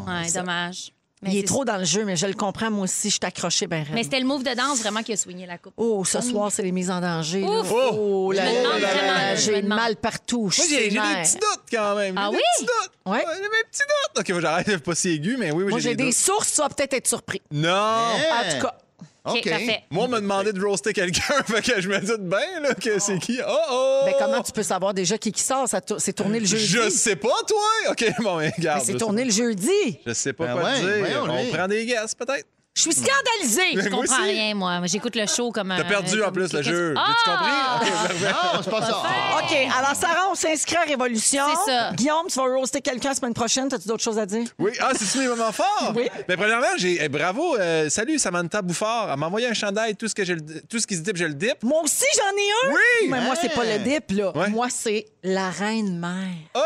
ouais, dommage.
Oh.
Mais
Il est
c'est-
trop dans le jeu, mais je le comprends, moi aussi. Je suis accrochée, ben raide.
Mais c'était le move de danse vraiment qui a soigné la coupe.
Oh, ce soir, c'est les mises en danger. là.
Ouf!
Oh, là,
Je me
là,
demande
là,
vraiment,
là,
je me
J'ai
demande.
mal partout. Je
Moi,
suis
j'ai j'ai des
sévère.
petits doutes quand même.
Ah
J'ai
oui?
Des petits doutes.
Ouais.
J'ai des petits doutes. OK, moi, j'arrête pas si aigu, mais oui, oui
Moi,
j'ai des, Hein? doutes.
sources, tu vas peut-être être surpris.
Non!
En
Eh.
tout cas,
OK, parfait.
Moi, on m'a demandé de roaster quelqu'un, fait que je me doute bien là, que c'est qui. Oh oh!
ben, comment tu peux savoir déjà qui qui sort? Ça tou- C'est tourné le jeudi.
Je sais pas, toi! OK, bon, mais
Mais
regarde.
c'est
je
tourné
sais
le jeudi.
pas. Je sais pas
Ben
quoi te
ouais,
dire.
voyons, lui.
on prend des guesses, peut-être.
Je
Hmm.
suis scandalisée.
Je
moi
comprends
aussi.
rien, moi. J'écoute le show comme un.
T'as perdu en plus le jeu.
Ah!
As-tu compris? OK, parfait.
Non, c'est pas ça.
OK, alors Sarah, on s'inscrit à Révolution.
C'est ça.
Guillaume, tu vas roaster quelqu'un la semaine prochaine. T'as-tu d'autres choses à dire?
Oui, ah, c'est-tu les moments forts?
Oui.
Mais premièrement, j'ai eh, bravo, euh, salut Samantha Bouffard. Elle m'a envoyé un chandail, tout ce, que j'ai le- tout ce qui se dip, je le dip.
Moi aussi, j'en ai un.
Oui! Hein?
Mais moi, c'est pas le dip, là.
Ouais.
Moi, c'est la reine-mère.
Oh,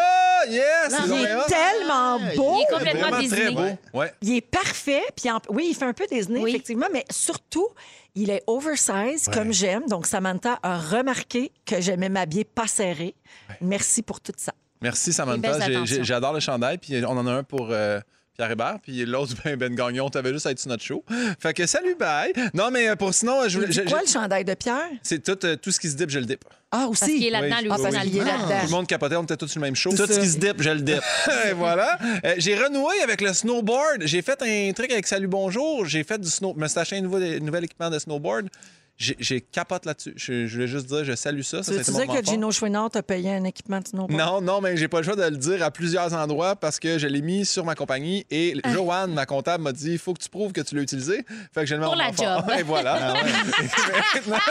yes!
Il
donc
est
bien hot.
tellement beau.
Il est complètement
Vraiment
désigné.
très beau. Ouais.
Il est parfait. Puis en- Oui, il fait un peu Disney,
Oui.
effectivement, mais surtout, il est oversize, comme j'aime. Donc, Samantha a remarqué que j'aimais m'habiller pas serré. Merci pour tout ça.
Merci Samantha.
Des belles
J'ai-
attentions.
j'ai- J'adore le chandail. Puis on en a un pour euh, Pierre Hébert. Puis l'autre, ben, ben Gagnon, t'avais juste à être sur notre show. Fait que salut, bye. Non, mais euh, pour sinon, je
Il
voulais.
dit
je-
quoi,
je-
le chandail de Pierre?
C'est tout, euh, tout ce qui se dip, je le dip.
Ah, aussi.
Parce qu'il est là-dedans,
Oui,
lui
Ah,
aussi.
parce
dans le
qu'il est
dip.
là-dedans.
Tout le monde capotait, on était tous sur le même show.
Tout ce qui
se dip, je le dip. Et voilà. Euh, j'ai renoué avec le snowboard. J'ai fait un truc avec Salut Bonjour. J'ai fait du snow. Je me suis acheté un nouveau, nouvel équipement de snowboard. J'ai, j'ai capote là-dessus. Je, je voulais juste dire, je salue ça. ça,
Tu
c'était
veux
mon
dire
moment
que
fort.
Gino Chouinard t'a payé un équipement de snowboard?
Non, non, mais j'ai pas le choix de le dire à plusieurs endroits parce que je l'ai mis sur ma compagnie et
Ah.
Joanne, ma comptable, m'a dit il faut que tu prouves que tu l'as utilisé. Fait que je le mets
Pour
en
la
enfant.
job.
Et voilà.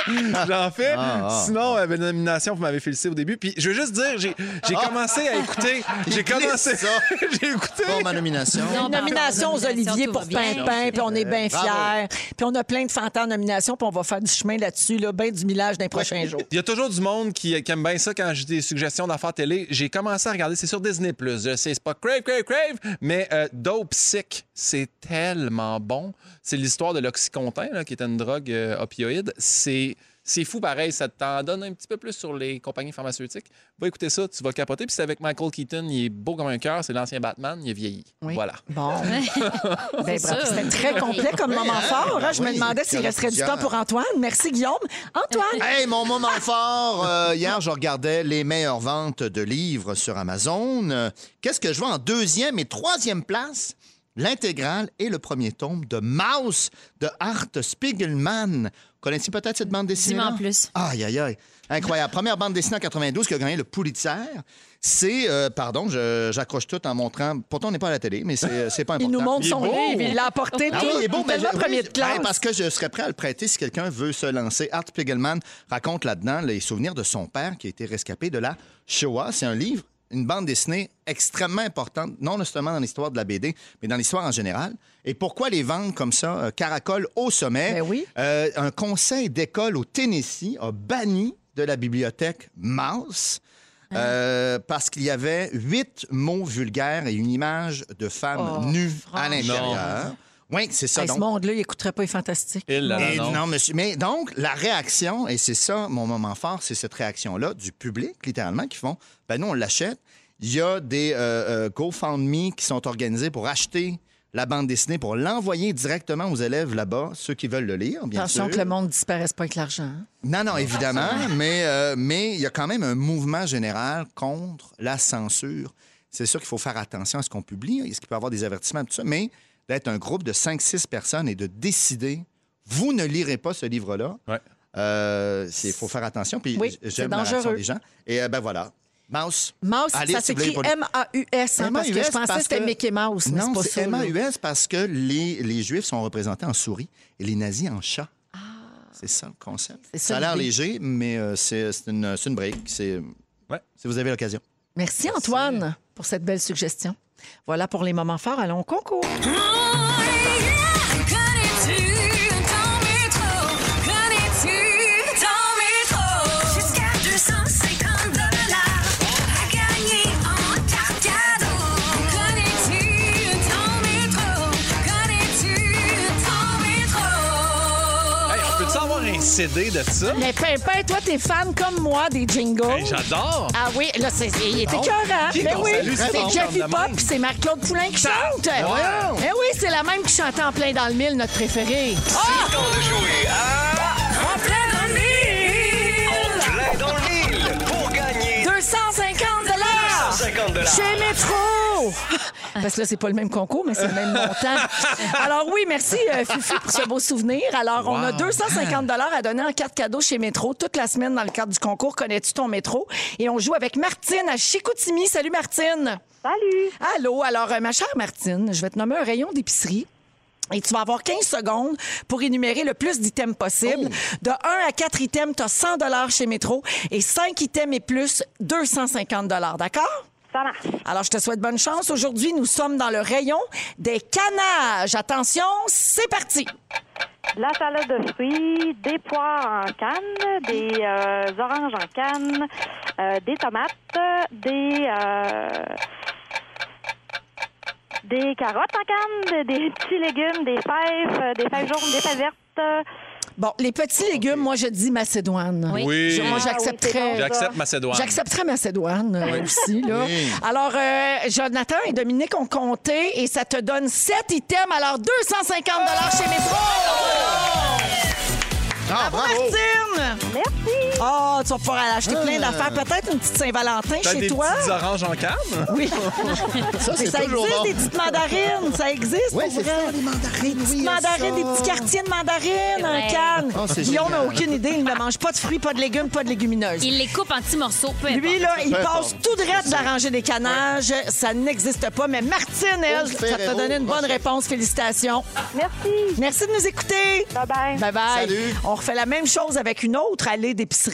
Et maintenant, j'en fais.
Ah, ah.
Sinon, euh, ben, nomination, vous m'avez félicité au début. Puis je veux juste dire, j'ai j'ai commencé à écouter. J'ai commencé.
Ah. ça.
j'ai écouté.
Bon, ma nomination.
Non,
Une nomination aux
Nomination,
Olivier
tout
pour
va bien.
Pimpin, puis on est bien fiers. Puis on a plein de fantômes nominations, puis on va faire du chemin là-dessus, là, bien du millage dans les prochains jours.
Il y a toujours du monde qui, qui aime bien ça quand j'ai des suggestions d'affaires télé. J'ai commencé à regarder, c'est sur Disney+. Je sais, c'est pas crave, crave, crave, mais euh, Dope Sick, c'est tellement bon. C'est l'histoire de l'oxycontin, là, qui est une drogue euh, opioïde. C'est... C'est fou pareil, ça t'en donne un petit peu plus sur les compagnies pharmaceutiques. Va écouter ça, tu vas capoter. Puis c'est avec Michael Keaton, il est beau comme un cœur, c'est l'ancien Batman, il est vieilli.
Oui.
Voilà.
Bon. ben,
C'est
bravo.
ça.
C'était très complet comme moment fort. hein. Je me
Ben oui,
demandais
il y
s'il
en a
resterait du temps
plusieurs.
pour Antoine. Merci, Guillaume. Antoine,
Hey, mon moment fort. euh, hier, je regardais les meilleures ventes de livres sur Amazon. Euh, Qu'est-ce que je vois en deuxième et troisième place? L'intégrale et le premier tome de Mouse de Art Spiegelman. Connais-tu peut-être cette bande dessinée?
Dis-moi en plus.
Aïe, aïe, aïe. Incroyable. Première bande dessinée en 92 qui a gagné le Pulitzer. C'est, euh, pardon, je- j'accroche tout en montrant. Pourtant, on n'est pas à la télé, mais c'est c'est pas important.
il nous montre
Il est
son
beau.
livre. Il l'a apporté
Ah
tout.
oui, il est beau, mais
tellement
je-
premier
oui,
de classe.
ben, parce que je serais prêt à le prêter si quelqu'un veut se lancer. Art Spiegelman raconte là-dedans les souvenirs de son père qui a été rescapé de la Shoah. C'est un livre, une bande dessinée extrêmement importante, non seulement dans l'histoire de la BD, mais dans l'histoire en général. Et pourquoi les vendre comme ça, euh, caracole au sommet?
Ben oui.
Euh, un conseil d'école au Tennessee a banni de la bibliothèque Mouse.
Hein?
euh, parce qu'il y avait huit mots vulgaires et une image de femme
Oh,
nue à
franchement.
l'intérieur. Oui, c'est ça.
Hey, ce
donc.
monde-là, il n'écouterait pas, il est fantastique.
Et là,
Et
non.
non, monsieur. Mais donc, la réaction, et c'est ça mon moment fort, c'est cette réaction-là du public, littéralement, qui font ben nous, on l'achète. Il y a des euh, euh, GoFundMe qui sont organisés pour acheter la bande dessinée, pour l'envoyer directement aux élèves là-bas, ceux qui veulent le lire, bien
Attention
sûr.
que le monde ne disparaisse pas avec l'argent. hein.
Non, non, évidemment, mais euh, mais il y a quand même un mouvement général contre la censure. C'est sûr qu'il faut faire attention hein, à ce qu'on publie, est-ce qu'il peut y avoir des avertissements, tout ça, mais d'être un groupe de 5-6 personnes et de décider Vous ne lirez pas ce livre-là.
Ouais.
Euh, Il faut faire attention. Puis
Oui,
j-
c'est
j'aime la réaction
dangereux.
des gens. Et euh, ben voilà. Mouse.
Mouse,
Allez,
ça
si vous voulez
s'écrit
pour-
M-A-U-S, hein, parce que
M.A.U.S.
je pensais que
parce
c'était
que-
Mickey Mouse, mais
Non,
c'est pas
c'est
ça. là.
M.A.U.S. parce que les, les Juifs sont représentés en souris et les nazis en chat. C'est ça le concept.
Ah. C'est ça
Ça a l'air
l'idée.
léger, mais euh, c'est c'est une, c'est une brique. C'est-
Ouais.
Si vous avez l'occasion.
Merci Antoine pour cette belle suggestion. Voilà pour les moments forts. Allons au concours.
Ah!
Jusqu'à 250 à gagner en carte cadeau. Connais-tu ton métro? Connais-tu ton métro?
Hey, on peut-tu avoir un CD de ça?
Mais Pimpin, toi, t'es fan comme moi des jingles.
Hey, J'adore!
ah oui, là, c'est, il est écœurant.
Qui
Mais
qu'on salue,
oui,
c'est bon,
c'est Jeffy
comme de
Pop
même.
puis c'est Marc-Claude Poulain qui chante.
Ben
voyons.
Mais oui, c'est la même qui chantait en plein dans le mille, notre préféré.
C'est temps de jouer à...
En plein dans le mille.
En plein dans le mille pour gagner
250
50
Chez Métro! Parce que là, c'est pas le même concours, mais c'est le même montant. Alors oui, merci euh, Fufu pour ce beau souvenir. Alors, on a 250 à donner en carte cadeau chez Métro toute la semaine dans le cadre du concours Connais-tu ton métro? Et on joue avec Martine à Chicoutimi. Salut Martine!
Salut!
Allô, alors euh, ma chère Martine, je vais te nommer un rayon d'épicerie. Et tu vas avoir 15 secondes pour énumérer le plus d'items possible. De 1 à 4 items, tu as 100 chez Métro et 5 items et plus, 250 d'accord?
Ça marche.
Alors, je te souhaite bonne chance. Aujourd'hui, nous sommes dans le rayon des canages. Attention, c'est parti.
De la salade de fruits, des poires en canne, Ah, des euh, oranges en canne, euh, des tomates, des... euh, des carottes en canne, des, des petits légumes, des fèves, euh, des fèves jaunes, des fèves vertes. euh,
Bon, les petits légumes, moi, je dis Macédoine.
Oui.
Oui,
Je- moi,
Ah, oui,
j'accepterais.
c'est bon.
j'accepte Macédoine.
J'accepterais Macédoine euh, aussi. Là. Alors, euh, Jonathan et Dominique ont compté et ça te donne 7 items. Alors, 250 chez Métro.
Ah, bravo!
Martine!
Merci!
Oh, tu vas pouvoir aller acheter plein d'affaires. Peut-être une petite Saint-Valentin
T'as
chez
des
toi.
petites oranges en canne?
Oui.
Ça,
Mais
c'est
ça
toujours
existe,
bon.
des petites mandarines. Ça existe,
Oui,
pour
c'est
vrai.
ça, les mandarines.
Des petites
oui,
mandarines, des
ça.
petits quartiers de mandarines en
vrai.
canne.
Oh, c'est
Guillaume n'a
génial.
aucune idée. Il ne mange pas de fruits, pas de légumes, pas de légumineuses.
Il les coupe en petits morceaux, peu importe.
Lui, là, il
Peu
passe
importe.
tout droit de la rangée des canages. Ça n'existe pas. Mais Martine, elle,
Oh,
ça t'a
Ferrero,
donné une bonne
prochain.
réponse. Félicitations.
Merci!
Merci de nous écouter.
Bye-bye!
Bye bye.
Salut.
On refait la même chose avec une autre allée d'épicerie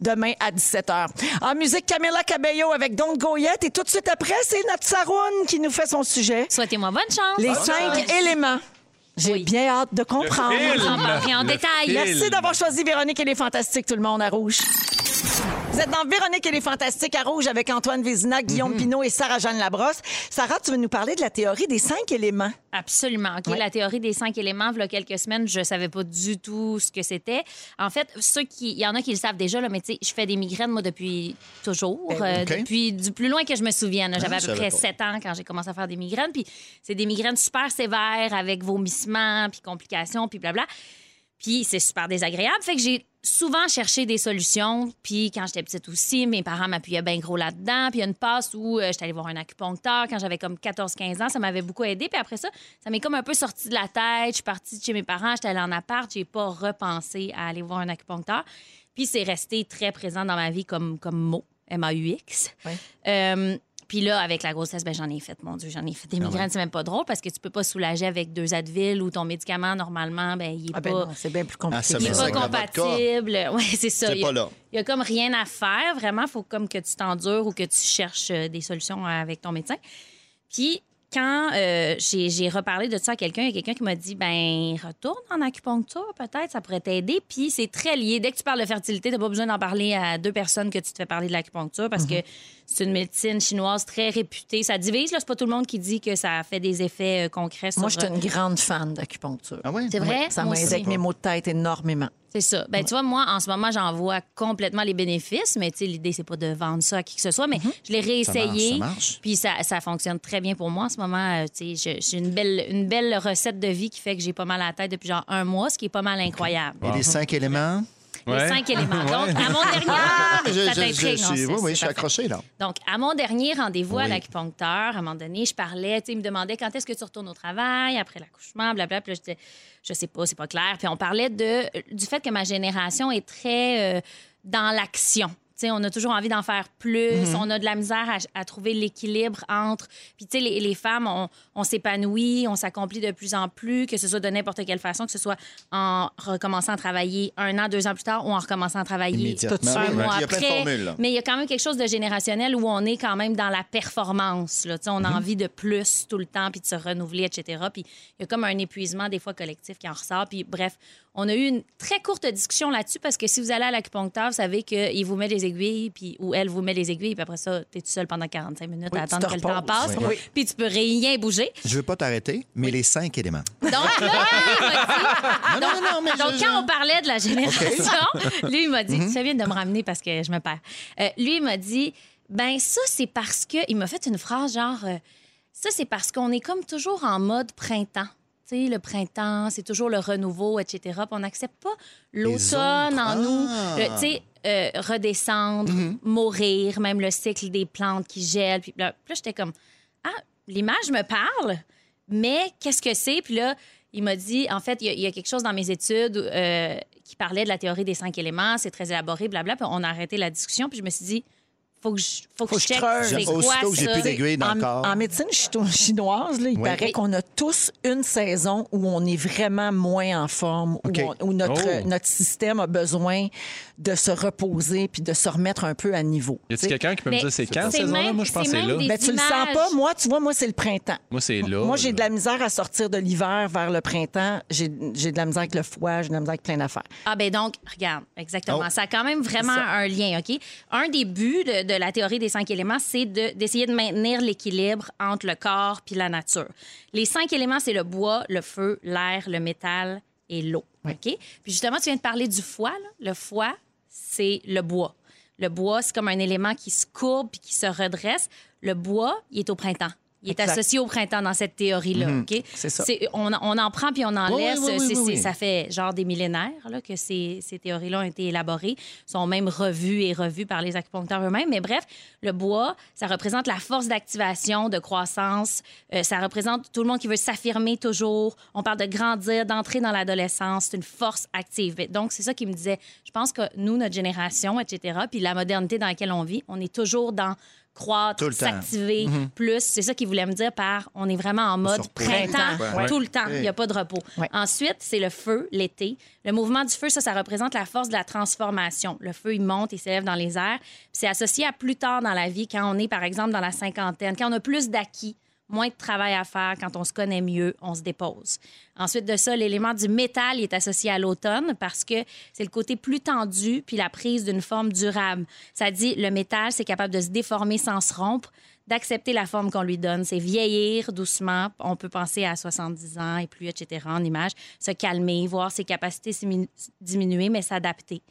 demain à 17h. En musique, Camila Cabello avec Don Goyette. Et tout de suite après, c'est notre Saroune qui nous fait son sujet.
Souhaitez-moi bonne chance.
Les cinq éléments. J'ai bien hâte de comprendre.
On en parlerait en
Le
détail.
film.
Merci d'avoir choisi Véronique et les Fantastiques, tout le monde à Rouge. Vous êtes dans Véronique et les Fantastiques à Rouge avec Antoine Vézina,
Mhm.
Guillaume Pinot et Sarah-Jeanne Labrosse. Sarah, tu veux nous parler de la théorie des cinq éléments.
Absolument. OK, La théorie des cinq éléments, il y a quelques semaines, je ne savais pas du tout ce que c'était. En fait, ceux qui, il y en a qui le savent déjà, là, mais tu sais, je fais des migraines, moi, depuis toujours. euh,
OK.
Depuis du plus loin que je me souvienne. là. J'avais
Ah,
à
je
peu
savais
près
pas.
sept ans quand j'ai commencé à faire des migraines. Puis c'est des migraines super sévères avec vomissements, puis complications, puis blabla. Puis c'est super désagréable. Fait que j'ai souvent cherché des solutions. Puis quand j'étais petite aussi, mes parents m'appuyaient bien gros là-dedans. Puis il y a une passe où euh, j'étais allée voir un acupuncteur quand j'avais comme 14-15 ans. Ça m'avait beaucoup aidé. Puis après ça, ça m'est comme un peu sorti de la tête. Je suis partie de chez mes parents, j'étais allée en appart. J'ai pas repensé à aller voir un acupuncteur. Puis c'est resté très présent dans ma vie comme, comme mot, M-A-U-X. Euh, puis là, avec la grossesse, ben, j'en ai fait, mon Dieu, j'en ai fait des migraines. C'est même pas drôle parce que tu peux pas soulager avec deux Advil ou ton médicament, normalement, ben, il est
Ah
pas...
ben non, c'est bien plus
Ah, ça
compliqué.
me
Il n'est
semble
pas
que la vodka,
compatible. Ouais, c'est ça.
C'est
Il y a-
pas là.
Il n'y a comme rien à faire. Vraiment, il faut comme que tu t'endures ou que tu cherches euh, des solutions euh, avec ton médecin. Puis, quand euh, j'ai j'ai reparlé de ça à quelqu'un, il y a quelqu'un qui m'a dit ben retourne en acupuncture, peut-être, ça pourrait t'aider. Puis, c'est très lié. Dès que tu parles de fertilité, tu n'as pas besoin d'en parler à deux personnes que tu te fais parler de l'acupuncture
Mhm.
parce que c'est une médecine chinoise très réputée. Ça divise. là. C'est pas tout le monde qui dit que ça fait des effets euh, concrets sur
Moi, je suis
euh,
une grande fan d'acupuncture.
Ah ouais?
C'est vrai?
Ça
Moi
m'aide
aussi.
avec mes mots de tête énormément.
C'est ça. Ben, tu vois, moi, en ce moment, j'en vois complètement les bénéfices, mais tu sais, l'idée, c'est pas de vendre ça à qui que ce soit, mais je l'ai réessayé.
Mhm. Ça marche, ça marche.
Puis ça, ça fonctionne très bien pour moi en ce moment. euh, tu sais, je- j'ai une belle, une belle recette de vie qui fait que j'ai pas mal à la tête depuis genre un mois, ce qui est pas mal incroyable.
Ah,
Et les cinq éléments?
les
Ouais.
cinq éléments. Donc,
Ouais.
à mon dernier...
Ah, je, je-
Ça
je-
hein,
t'intrigue,
je-
non,
oui, oui, je
c'est- c'est
suis
parfait.
accroché, là.
Donc, à mon dernier rendez-vous à
Oui.
l'acupuncteur, à un moment donné, je parlais, tu sais, il me demandait quand est-ce que tu retournes au travail après l'accouchement, blablabla. Puis là, je disais, je sais pas, c'est pas clair. Puis on parlait de, du fait que ma génération est très euh, dans l'action. Tu sais, on a toujours envie d'en faire plus.
Mhm.
On a de la misère à, à trouver l'équilibre entre. Puis, tu sais, les, les femmes, on, on s'épanouit, on s'accomplit de plus en plus, que ce soit de n'importe quelle façon, que ce soit en recommençant à travailler un an, deux ans plus tard ou en recommençant à travailler
Immédiatement.
un
Oui,
mois
il y a plein de
après.
formules, là.
Mais il y a quand même quelque chose de générationnel où on est quand même dans la performance. Là. Tu sais, On a
Mhm.
envie de plus tout le temps, puis de se renouveler, etc. Puis il y a comme un épuisement des fois collectif qui en ressort. Puis bref, on a eu une très courte discussion là-dessus parce que si vous allez à l'acupuncteur, vous savez qu'il vous met des aiguilles, puis ou elle vous met des aiguilles, puis après ça, t'es tout seul pendant 45 minutes
Oui,
à
tu
attendre
te
que le temps
reposes.
passe.
Oui. Oui.
Puis tu peux rien bouger.
Je veux pas t'arrêter, mais les cinq éléments.
Donc, là, lui, il m'a
Ah,
dit-
Non, non, non, mais
donc,
je- Mhm.
quand on parlait de la génération,
OK.
lui, il m'a dit, tu viens de me ramener parce que je me perds. Euh, lui, il m'a dit, ben ça, c'est parce que... Il m'a fait une phrase genre, euh, ça, c'est parce qu'on est comme toujours en mode printemps. Tu sais, le printemps, c'est toujours le renouveau, etc. Puis on n'accepte pas l'automne en nous.
Ah.
Le- Tu sais, euh, redescendre,
Mhm.
mourir, même le cycle des plantes qui gèlent. Puis là, puis là, j'étais comme, ah, l'image me parle, mais qu'est-ce que c'est? Puis là, il m'a dit, en fait, il y a- il y, a quelque chose dans mes études euh, qui parlait de la théorie des cinq éléments, c'est très élaboré, blabla. Puis on a arrêté la discussion, puis je me suis dit, faut que je, faut que je check.
creuse.
c'est quoi ça?
en, En médecine chito- chinoise, là, il
Oui.
paraît
Oui.
qu'on a tous une saison où on est vraiment moins en forme, où,
OK.
on- où notre,
Oh.
notre système a besoin de se reposer puis de se remettre un peu à niveau.
Y a-t-il quelqu'un qui peut me Mais dire c'est quand, c'est cette saison-là? même- Moi, je pense c'est que c'est même là. des
Ben, tu le sens
images.
pas. Moi, tu vois, moi, c'est le printemps.
Moi, c'est là.
Moi, j'ai de la misère à sortir de l'hiver vers le printemps. J'ai j'ai de la misère avec le foie, j'ai de la misère avec plein d'affaires.
Ah ben donc, regarde, exactement.
Oh.
Ça a quand même vraiment
C'est ça.
un lien, OK? Un des buts de, de la théorie des cinq éléments, c'est de- d'essayer de, maintenir l'équilibre entre le corps puis la nature. Les cinq éléments, c'est le bois, le feu, l'air, le métal et l'eau, OK? Puis justement, tu viens de parler du foie, là. Le foie, c'est le bois. Le bois, c'est comme un élément qui se courbe puis qui se redresse. Le bois, il est au printemps. Il est
Exact.
associé au printemps dans cette théorie-là,
Mhm.
OK?
C'est ça.
On, on en prend puis on en
Oui, oui,
laisse.
oui, oui,
C'est-
oui,
c'est-
oui.
Ça fait genre des millénaires là, que ces, ces théories-là ont été élaborées, sont même revues et revues par les acupuncteurs eux-mêmes. Mais bref, le bois, ça représente la force d'activation, de croissance. Euh, ça représente tout le monde qui veut s'affirmer toujours. On parle de grandir, d'entrer dans l'adolescence. C'est une force active. Mais Donc, c'est ça qui me disait. Je pense que nous, notre génération, etc., puis la modernité dans laquelle on vit, on est toujours dans
Tout le
croître,
temps.
s'activer
Mhm.
plus. C'est ça qu'il voulait me dire par on est vraiment en
se
mode
repose.
printemps,
Printemps, ouais.
tout le temps. Il n'y a
Ouais.
pas de repos. Ensuite, c'est le feu, l'été. Le mouvement du feu, ça, ça représente la force de la transformation. Le feu, il monte, il s'élève dans les airs. Puis C'est associé à plus tard dans la vie, quand on est, par exemple, dans la cinquantaine, quand on a plus d'acquis, moins de travail à faire, quand on se connaît mieux, on se dépose. Ensuite de ça, l'élément du métal il est associé à l'automne parce que c'est le côté plus tendu, puis la prise d'une forme durable. Ça dit, le métal, c'est capable de se déformer sans se rompre d'accepter la forme qu'on lui donne. C'est vieillir doucement. On peut penser à 70 ans et plus, etc., en image. Se calmer, voir ses capacités simu- diminuer, mais s'adapter.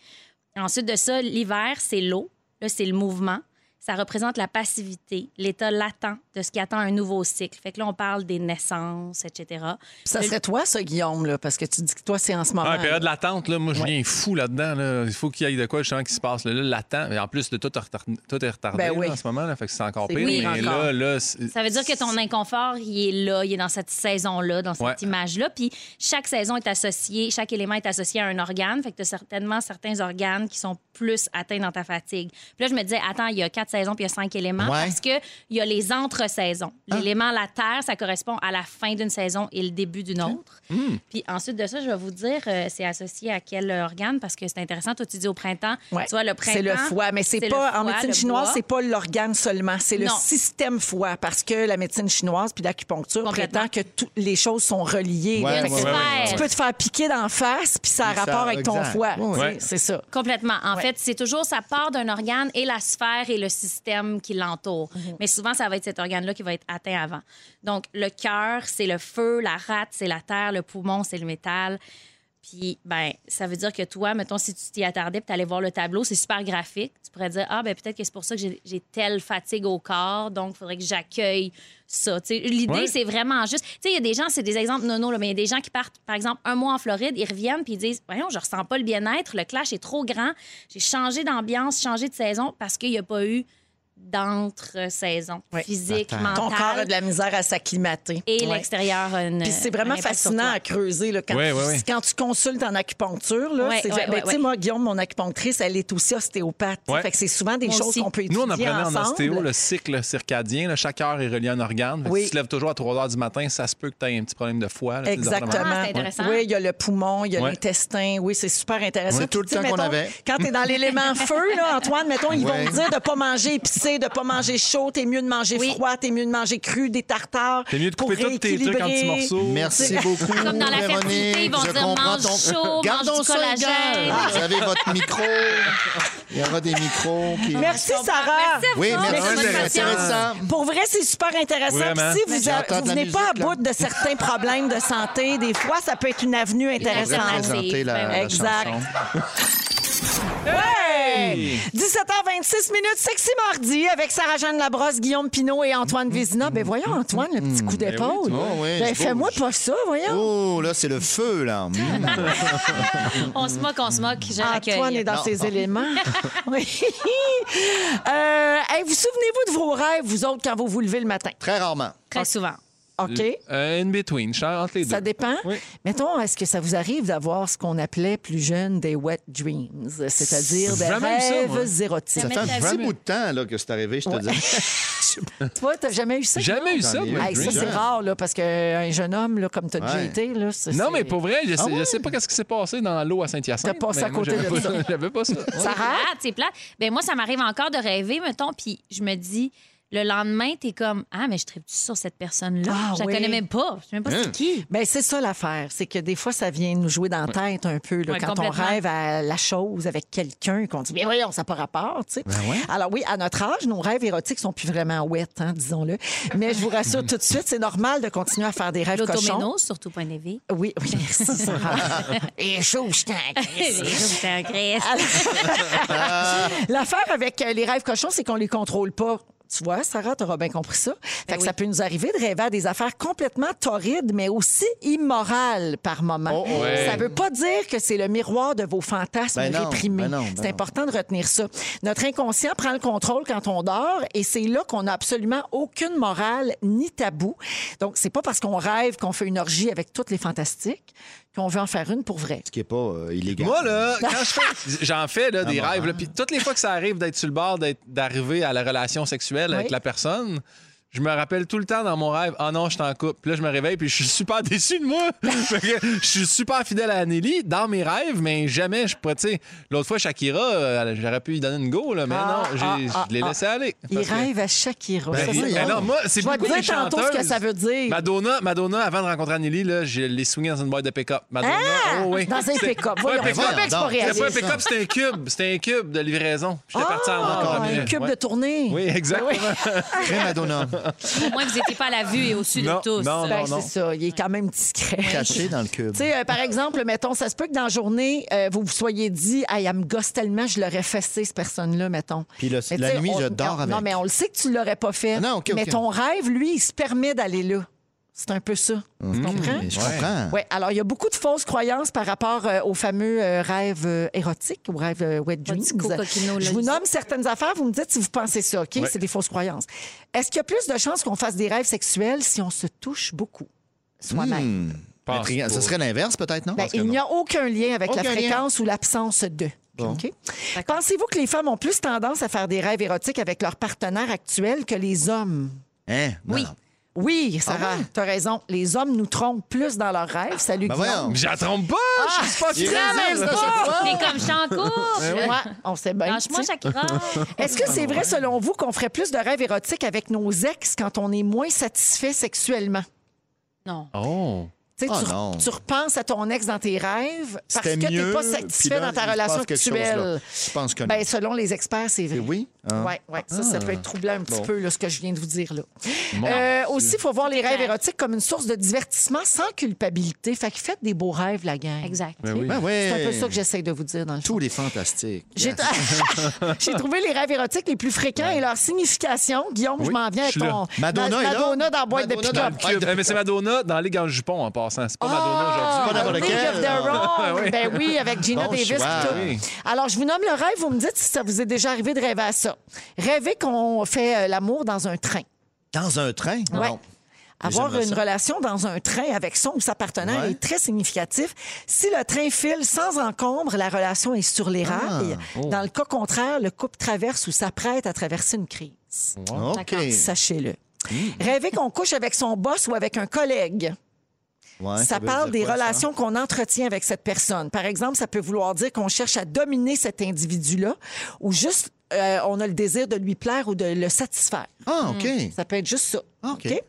Ensuite de ça, l'hiver, c'est l'eau. Là, c'est le mouvement. Ça représente la passivité, l'état latent de ce qui attend un nouveau cycle. Fait que là, on parle des naissances, etc.
Ça serait toi, ça, Guillaume, là, parce que tu dis que toi, c'est en ce moment.
Ah, période d'attente, là, moi, je viens fou là-dedans. là. Il faut qu'il y ait de quoi, justement, qui se passe. Là, là, l'attente. Et en plus, là, tout, est retar- tout est retardé
Ben oui.
là, en ce moment. Là, fait que c'est encore
C'est
pire.
pire
mais
encore.
là, là, c'est-
Ça veut dire que ton inconfort, il est là, il est dans cette saison-là, dans cette
Ouais.
image-là. Puis chaque saison est associée, chaque élément est associé à un organe. Fait que tu as certainement certains organes qui sont plus atteints dans ta fatigue. Puis là, je me disais, attends, il y a quatre saisons puis il y a cinq éléments
Ouais.
parce qu'il y a les entre-saisons. L'élément, la terre, ça correspond à la fin d'une saison et le début d'une autre.
Hmm.
Puis ensuite de ça, je vais vous dire, euh, c'est associé à quel organe parce que c'est intéressant. Toi, tu dis au printemps,
Ouais.
tu vois, le printemps.
C'est le foie, mais c'est
le
pas
foie,
en médecine
le
chinoise,
bois.
c'est pas l'organe seulement, c'est le
Non.
système foie parce que la médecine chinoise puis l'acupuncture prétend que toutes les choses sont reliées.
Ouais,
là. Fait que
ouais, ouais, ouais,
tu
ouais.
peux te faire piquer d'en face puis ça a
Puis ça-
rapport avec ton
exact.
foie.
Ouais,
tu
ouais.
sais, C'est ça.
Complètement. En fait, c'est toujours ça part d'un organe et la sphère et le système qui l'entoure. Mais souvent, ça va être cet organe-là qui va être atteint avant. Donc, le cœur, c'est le feu, la rate, c'est la terre, le poumon, c'est le métal. Puis, ben, ça veut dire que toi, mettons, si tu t'y attardais puis t'allais voir le tableau, c'est super graphique. Tu pourrais dire, ah, ben, peut-être que c'est pour ça que j'ai j'ai telle fatigue au corps, donc il faudrait que j'accueille ça. Tu sais, L'idée,
Ouais.
c'est vraiment juste. Tu sais, il y a des gens, c'est des exemples nono, là, mais il y a des gens qui partent, par exemple, un mois en Floride, ils reviennent puis ils disent, voyons, je ressens pas le bien-être, le clash est trop grand, j'ai changé d'ambiance, changé de saison parce qu'il n'y a pas eu d'entre-saison physique,
Attends.
mentale.
Ton corps a de la misère à s'acclimater.
Et
Ouais.
l'extérieur euh, a une-
Puis c'est vraiment
un impact sur
fascinant
toi.
à creuser. là, quand,
Ouais,
tu,
ouais, ouais.
quand tu consultes en acupuncture, là,
Ouais,
c'est-
ouais,
ben,
ouais,
tu sais,
ouais.
moi, Guillaume, mon acupunctrice, elle est aussi ostéopathe.
Ouais.
Fait que c'est souvent des
Moi
choses
aussi.
qu'on peut étudier
Nous, on apprenait
ensemble.
en ostéo le cycle circadien. là. chaque heure est reliée à un organe. Fait que
Oui.
Si tu te lèves toujours à 3 heures du matin, ça se peut que tu aies un petit problème de foie. là, tu sais, des affaires de
Exactement.
Ah,
Ah,
même.
Oui, il y a le poumon, il y a
Ouais.
l'intestin. Oui, c'est super intéressant.
Ouais, tout le
Puis, tu sais,
temps qu'on
mettons,
avait.
Quand tu es dans l'élément feu, là, Antoine, mettons, ils
Ouais.
vont te dire de ne pas manger épicé, de ne pas manger chaud, t'es mieux de manger froid, t'es mieux de manger cru, des tartares.
T'es mieux de
pour
couper tous tes trucs en petits
rééquilibrer.
morceaux.
Merci
C'est-
beaucoup,
Comme dans la
Véronique.
fertilité, ils vont
je
dire,
comprends
mange
ton...
chaud,
Gardons
mange du
ça
collagène.
égal. Vous avez votre micro. Il y aura des micros. Qui...
Merci, Sarah.
vous. Oui, merci,
Merci,
c'est
Christian.
intéressant.
Pour vrai, c'est super intéressant.
Vraiment.
Puis Si vous, a-
J'entends de
vous
la
venez pas à
musique, là.
bout de certains problèmes de santé, des fois, ça peut être une avenue
faudrait
intéressante.
présenter la- la
exact.
chanson.
Hey! 17h26 minutes, sexy mardi avec Sarah-Jeanne Labrosse, Guillaume Pinot et Antoine Vézina. Ben voyons, Antoine, le petit coup d'épaule.
Mm. Ben oui, tu- ouais,
ben
je
fais-moi pas ça, voyons.
Oh, là, c'est le feu, là. Mm,
On se moque, on se moque. je
Antoine
l'accueille.
Ah, est dans
Non.
ses éléments. oui. Euh, hey, vous souvenez-vous de vos rêves, vous autres, quand vous vous levez le matin?
Très rarement.
Très souvent.
OK.
Euh, in between, je suis entre les deux.
Ça dépend. Mettons, est-ce que ça vous arrive d'avoir ce qu'on appelait plus jeune des wet dreams, c'est-à-dire des
Jamais eu ça, moi.
rêves érotiques?
Ça fait un petit bout de temps là, que c'est arrivé, je te dis.
Toi, t'as jamais eu ça?
Jamais
non?
eu ça,
Hey,
moi,
ça,
Dream.
c'est rare, là, parce qu'un jeune homme, là, comme t'as déjà
Ouais.
été, là, ça,
Non,
c'est-
mais pour vrai, je sais,
Ah ouais?
je sais pas qu'est-ce qui s'est passé dans l'eau à
T'as
Saint-Hyacinthe.
passé
mais
à
moi,
côté
j'avais
de
pas
ça.
J'avais pas ça.
C'est plate, c'est plate. Ben moi, ça m'arrive encore de rêver, mettons, puis je me dis, le lendemain, t'es comme, ah, mais je tripe sur cette personne-là?
Ah,
je la
oui.
connais même pas. Je sais même pas c'est qui.
Ben, c'est ça l'affaire. C'est que des fois, ça vient nous jouer dans la tête un peu. là,
Ouais,
quand on
complètement.
rêve à la chose avec quelqu'un, qu'on dit, mais voyons, ça n'a pas rapport. tu sais. Alors oui, à notre âge, nos rêves érotiques sont plus vraiment wet, hein, disons-le. Mais je vous rassure tout de suite, c'est normal de continuer à faire des rêves cochons.
L'automénose, surtout point élevé.
Oui, oui, merci, Sarah. Et chaud, je t'en crisse.
Les choses, c'est un Christ.
L'affaire avec euh, les rêves cochons, c'est qu'on les contrôle pas. Tu vois, Sarah, tu bien compris ça. Fait
Ben
que Ça peut nous arriver de rêver à des affaires complètement torrides, mais aussi immorales par moment.
Oh, oh. Ouais.
Ça veut pas dire que c'est le miroir de vos fantasmes
Ben non,
réprimés.
ben non, ben
c'est
non.
important de retenir ça. Notre inconscient prend le contrôle quand on dort et c'est là qu'on n'a absolument aucune morale ni tabou. Donc, c'est pas parce qu'on rêve qu'on fait une orgie avec toutes les fantastiques qu'on veut en faire une pour vrai.
Ce qui n'est pas euh, illégal.
Moi, là, quand je fais. J'en fais là, des
Ah bon,
rêves. là, Puis toutes les fois que ça arrive d'être sur le bord, d'être- d'arriver à la relation sexuelle avec
Oui.
la personne. Je me rappelle tout le temps dans mon rêve, ah non, je t'en coupe. Puis là, je me réveille, puis je suis super déçu de moi. Fait que je suis super fidèle à Nelly dans mes rêves, mais jamais je pourrais, tu sais. L'autre fois, Shakira, euh, j'aurais pu lui donner une go, là, mais
Ah,
non, j'ai-
ah, ah,
je l'ai
ah.
laissé aller.
Il
Parce que-
rêve à Shakira.
Ben,
Ça,
il-
c'est
ben
drôle.
non, moi, c'est
Je vais te
beaucoup les
dire tantôt ce que
chanteuses.
ça veut dire.
Madonna, Madonna, avant de rencontrer Anneli, là, je l'ai swingé dans une boîte de pick-up. Madonna,
Ah!
oh oui.
Dans un
C'était-
pick-up.
Pas
Voyons,
un pick-up,
c'est pas
c'était
réaliste,
pas un pick-up,
ça.
c'était un cube. C'était un cube de livraison. J'étais parti en
Ah,
encore
un cube de tournée.
Oui, exactement.
Ah
Crème Madonna.
Au moins, vous n'étiez pas à la vue et au-dessus de
Non,
tous.
non,
Ben,
non, non.
c'est ça, il est quand même discret.
Caché dans le cube.
Tu sais, euh, par exemple, mettons, ça se peut que dans la journée, euh, vous vous soyez dit, hey, elle me gosse tellement, je l'aurais fessé, cette personne-là, mettons.
Puis le-
Mais
la
tu sais,
nuit,
on-
je dors
Non,
avec.
mais on le sait que tu l'aurais pas
Ah
fait.
non, OK,
Mais
OK.
ton rêve, lui, il se permet d'aller là. C'est un peu ça. Tu
Mhm,
comprends?
je comprends.
Oui, alors il y a beaucoup de fausses croyances par rapport euh, aux fameux euh, rêves euh, érotiques, aux rêves euh, wet dreams.
cocoquino, là,
Je vous
Lisa.
nomme certaines affaires, vous me dites si vous pensez ça, OK?
Ouais.
C'est des fausses croyances. Est-ce qu'il y a plus de chances qu'on fasse des rêves sexuels si on se touche beaucoup soi-même?
Hmm. Intriguant.
pas.
Ça serait l'inverse, peut-être, non?
Ben, il n'y a aucun lien avec la
Aucun lien.
fréquence ou l'absence de.
Bon.
OK? Pensez-vous que les femmes ont plus tendance à faire des rêves érotiques avec leur partenaire actuel que les hommes?
Hein? Non,
Oui.
non.
Oui, Sarah, t'as raison. Les hommes nous trompent plus dans leurs rêves. Salut,
Ah Ben
Guillaume.
voyons.
Je la trompe pas!
Ah,
je suis pas
il
fidèle.
résiste à chaque fois.
T'es comme je t'en coupe.
Ben oui. Ouais, on sait bien.
Lâche-moi,
tu sais.
Shakira.
Est-ce que c'est vrai, selon vous, qu'on ferait plus de rêves érotiques avec nos ex quand on est moins satisfait sexuellement?
Non.
Oh!
Tu sais,
Ah,
tu, re-
non.
tu repenses à ton ex dans tes rêves parce que
C'était
tu n'es
mieux,
pas
puis
satisfait
là,
dans ta
il se
relation
passe quelque chose, là.
actuelle.
Je pense que non.
Ben, selon les experts, c'est vrai.
Eh oui, hein?
Ouais, ouais. Ça, ça peut être troublant un petit
Bon.
peu, là, ce que je viens de vous dire. là.
Mon
Euh, aussi, il faut voir les rêves érotiques comme une source de divertissement sans culpabilité. Fait que faites des beaux rêves, la gang.
Exact.
Ben oui. Ben
C'est un peu
ouais.
ça que j'essaie de vous dire dans le
Tous les fantastiques.
J'ai j'ai trouvé les rêves érotiques les plus fréquents et leur signification. Guillaume, je
Oui,
m'en viens avec
je suis là.
ton
Madonna est là.
Madonna dans la boîte
Madonna
de
dans le
pick-up.
cul. Ouais, de-
Eh, mais c'est Madonna dans Ligue en jupon en passant. C'est pas Madonna
Ah,
Pas
aujourd'hui.
n'importe
League
quel,
of their
là.
Own.
Oui.
Ben oui, avec Gina
Ah Bon
Davis.
choix,
pis tout.
oui.
Alors, je vous nomme le rêve. Vous me dites si ça vous est déjà arrivé de rêver à ça. Rêver qu'on fait euh, l'amour dans un train.
Dans un train?
Ouais.
Non.
Avoir
j'aimerais ça.
une relation dans un train avec son ou sa partenaire
Ouais.
est très significatif. Si le train file sans encombre, la relation est sur les
Ah.
rails. Dans le cas contraire, le couple traverse ou s'apprête à traverser une crise.
OK. Hmm.
Sachez-le. Rêver qu'on couche avec son boss ou avec un collègue.
Ouais,
ça
veut
parle
dire
des
quoi, ça?
relations qu'on entretient avec cette personne. Par exemple, ça peut vouloir dire qu'on cherche à dominer cet individu-là ou juste euh, on a le désir de lui plaire ou de le satisfaire.
Ah, OK.
Ça peut être juste ça.
Ah, OK.
OK?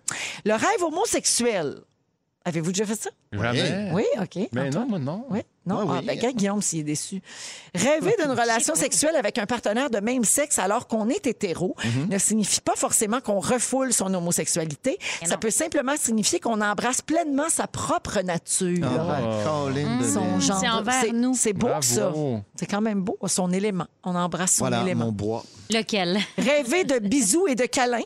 Le rêve homosexuel. Avez-vous déjà fait ça?
Jamais.
Oui, OK.
Ben
Mais non, moi non.
Oui, non.
Ouais,
Ah,
oui.
ben, regarde Guillaume s'il est déçu. Rêver d'une relation sexuelle avec un partenaire de même sexe alors qu'on est hétéro
Mm-hmm.
ne signifie pas forcément qu'on refoule son homosexualité. ça peut simplement signifier qu'on embrasse pleinement sa propre nature.
Ah, ben, ouais. Colin de
Mm. Son
Lille.
genre.
C'est envers nous.
C'est beau,
Bravo.
ça. C'est quand même beau, son élément. On embrasse son
Voilà,
élément.
mon bois.
Lequel?
Rêver de bisous et de câlins.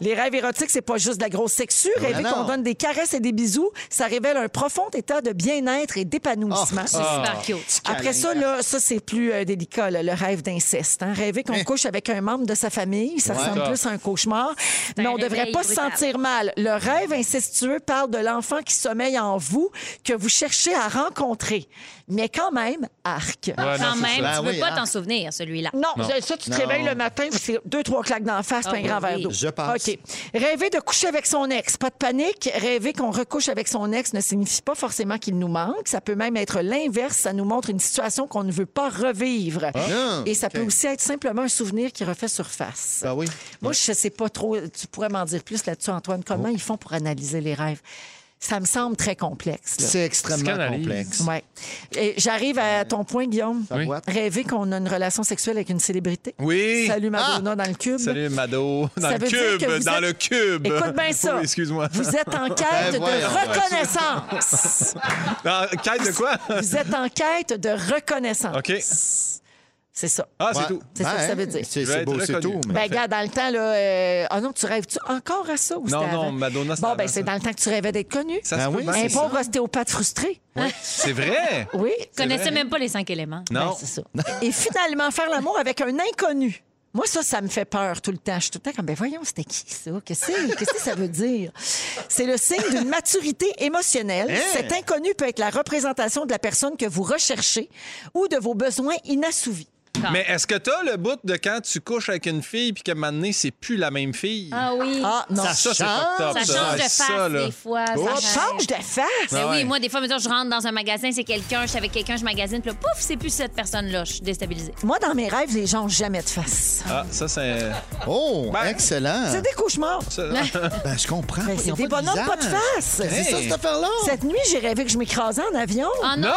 Les rêves érotiques, c'est pas juste de la grosse sexu. Rêver
Ah, ben non.
qu'on donne des caresses et des bisous, ça révèle un profond état de bien-être et
Ah,
d'épanouissement.
C'est super cute.
Après ça, là, ça, c'est plus euh, délicat, là, le rêve d'inceste. hein. Rêver qu'on couche avec un membre de sa famille, ça ressemble
Ah.
plus à un cauchemar. Mais on
réveil
devrait pas se
brutal.
sentir mal. Le rêve incestueux parle de l'enfant qui sommeille en vous, que vous cherchez à rencontrer. Mais quand même, arc.
Ouais, non,
Quand
c'est
même,
ça.
tu
Ah
veux
oui,
pas
hein.
t'en souvenir, celui-là.
Non, ça, tu te
Non.
réveilles le matin, c'est deux, trois claques d'en face, puis un
oui,
grand verre
oui.
d'eau.
Je passe.
OK. Rêver de coucher avec son ex, pas de panique. Rêver qu'on recouche avec son ex ne signifie pas forcément qu'il nous manque. Ça peut même être l'inverse. Ça nous montre une situation qu'on ne veut pas revivre.
Ah,
Et ça
OK.
peut aussi être simplement un souvenir qui refait surface.
Ben oui.
Moi, je sais pas trop. Tu pourrais m'en dire plus là-dessus, Antoine. Comment
Oh.
ils font pour analyser les rêves? Ça me semble très complexe. là.
C'est extrêmement
Psychanalyse.
complexe.
Ouais. Et J'arrive à ton point, Guillaume.
Ça boite.
Rêver qu'on a une relation sexuelle avec une célébrité.
Oui. Ah!
Salut Madonna dans le cube.
Salut Mado. Dans
Ça
le
veut dire que
cube,
vous
dans
êtes-
le cube.
Écoute bien ça.
Oui, Excuse-moi.
Vous êtes en
Ben
quête
voyons.
de reconnaissance.
Ah, Quête de quoi?
Vous êtes en quête de reconnaissance.
OK.
C'est ça.
Ah, c'est
Ouais.
tout.
C'est ça que
Ben,
ça veut dire.
C'est
Je vais
c'est
être
beau, c'est
reconnu.
tout. mais-
Ben, regarde, dans le temps, là. euh, Ah non, tu rêves-tu encore à ça ou
Non,
c'était
non,
avant?
Madonna, c'était
Bon,
avant
ben, c'est
ça.
dans le temps que tu rêvais d'être connu.
Ça
Ben
se peut
oui,
bien,
Un
c'est
pauvre ostéopathe frustré.
ça. C'est vrai.
Oui.
Je connaissais
vrai.
même pas les cinq éléments.
Non.
Ben, c'est ça. Et finalement, faire l'amour avec un inconnu. Moi, ça, ça me fait peur tout le temps. Je suis tout le temps comme, ben voyons, c'était qui ça? Qu'est-ce que- qu'est-ce que ça veut dire? C'est le signe d'une maturité émotionnelle.
Hein?
Cet inconnu peut être la représentation de la personne que vous recherchez ou de vos besoins inassouvis.
Mais est-ce que t'as le bout de quand tu couches avec une fille puis qu'à un moment donné, c'est plus la même fille?
Ah oui.
Ah, non.
Ça
Ça, c'est
change.
fucked up,
ça change de
Ouais,
face
ça, là.
des fois. ça
Ça change de face.
Ben
Ah ouais.
oui, moi, des fois, mettons, je rentre dans un magasin, c'est quelqu'un, je suis avec quelqu'un, je magasine, puis là, pouf, c'est plus cette personne-là. Je suis déstabilisée.
Moi, dans mes rêves, les gens n'ont jamais de face.
Ah, ça, c'est.
Oh,
Ben-
excellent.
C'est des cauchemars.
ça-
Ben, je comprends.
Ben,
Ils
c'est
ont
des
pas de
bonhommes pas de
visage. Hein?
face.
C'est ça, cette affaire-là?
Cette nuit, j'ai rêvé que je m'écrasais en avion.
Ah non!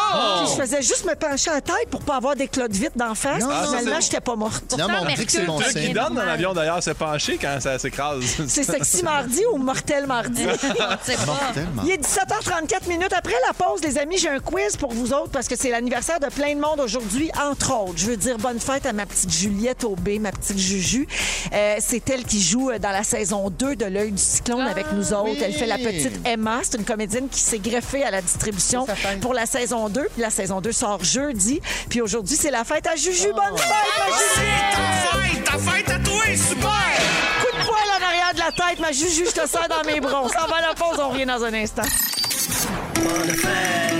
Puis je
Non!
faisais juste me pencher à la tête pour pas avoir des clots de vite d'en face.
Non,
puis
ça,
finalement,
c'est-
j'étais pas morte.
Non, mais on
Pourtant,
dit que c'est bon
Mercure,
Celui qui
signe.
devient-
donne dans l'avion, d'ailleurs, se pencher quand ça s'écrase.
C'est sexy mardi ou mortel mardi.
On sait pas.
Tellement.
Il est 17h34 minutes. Après la pause, les amis, j'ai un quiz pour vous autres parce que c'est l'anniversaire de plein de monde aujourd'hui, entre autres. Je veux dire bonne fête à ma petite Juliette Aubé, ma petite Juju. Euh, c'est elle qui joue euh, dans la saison 2 de L'œil du cyclone avec nous autres.
oui.
Elle fait la petite Emma. C'est une comédienne qui s'est greffée à la distribution pour la saison 2. Puis la saison 2 sort jeudi. Puis aujourd'hui, c'est la fête à Juju. Bonne fête, ma Juliette!
Oh. Ta fête à toi, super!
Coup de poil en arrière de la tête, ma Juju, je te sers dans mes bronzes. On va à la pause, on revient dans un instant.
C'est un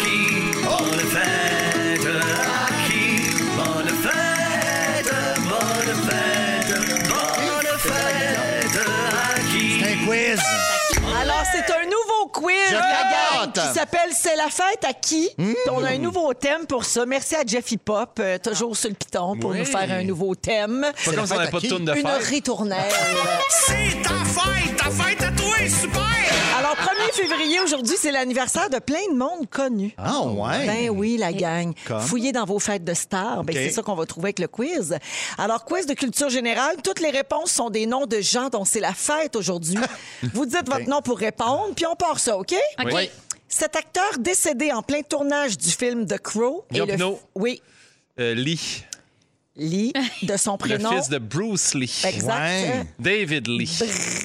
quiz.
Alors, c'est un nouveau quiz,
Je
la
capote.
hein, gang.
hâte.
Qui s'appelle C'est la fête à qui?
Hmm.
On a un nouveau thème pour ça. Merci à Jeffy Pop, euh, toujours sur le piton, pour
Oui.
nous faire un nouveau thème.
C'est comme la si on fête avait à pas de qui? tourne de
Une
fête.
ritournelle.
C'est ta fête, ta fête à toi, super!
Alors, 1er février, aujourd'hui, c'est l'anniversaire de plein de monde connu.
Ah, ouais.
Ben oui, la gang.
Comme?
Fouillez dans vos fêtes de stars. Ben,
OK.
c'est ça qu'on va trouver avec le quiz. Alors, quiz de culture générale. Toutes les réponses sont des noms de gens dont c'est la fête aujourd'hui. Vous dites
Ben.
votre nom pour répondre, puis on part ça, OK?
OK.
Oui.
Cet acteur décédé en plein tournage du film The Crow. est
Guillaume
le...
Pinault.
Oui,
Euh, Lee,
Lee, de son
le
prénom.
fils de Bruce Lee.
Ben, Exact.
David Lee.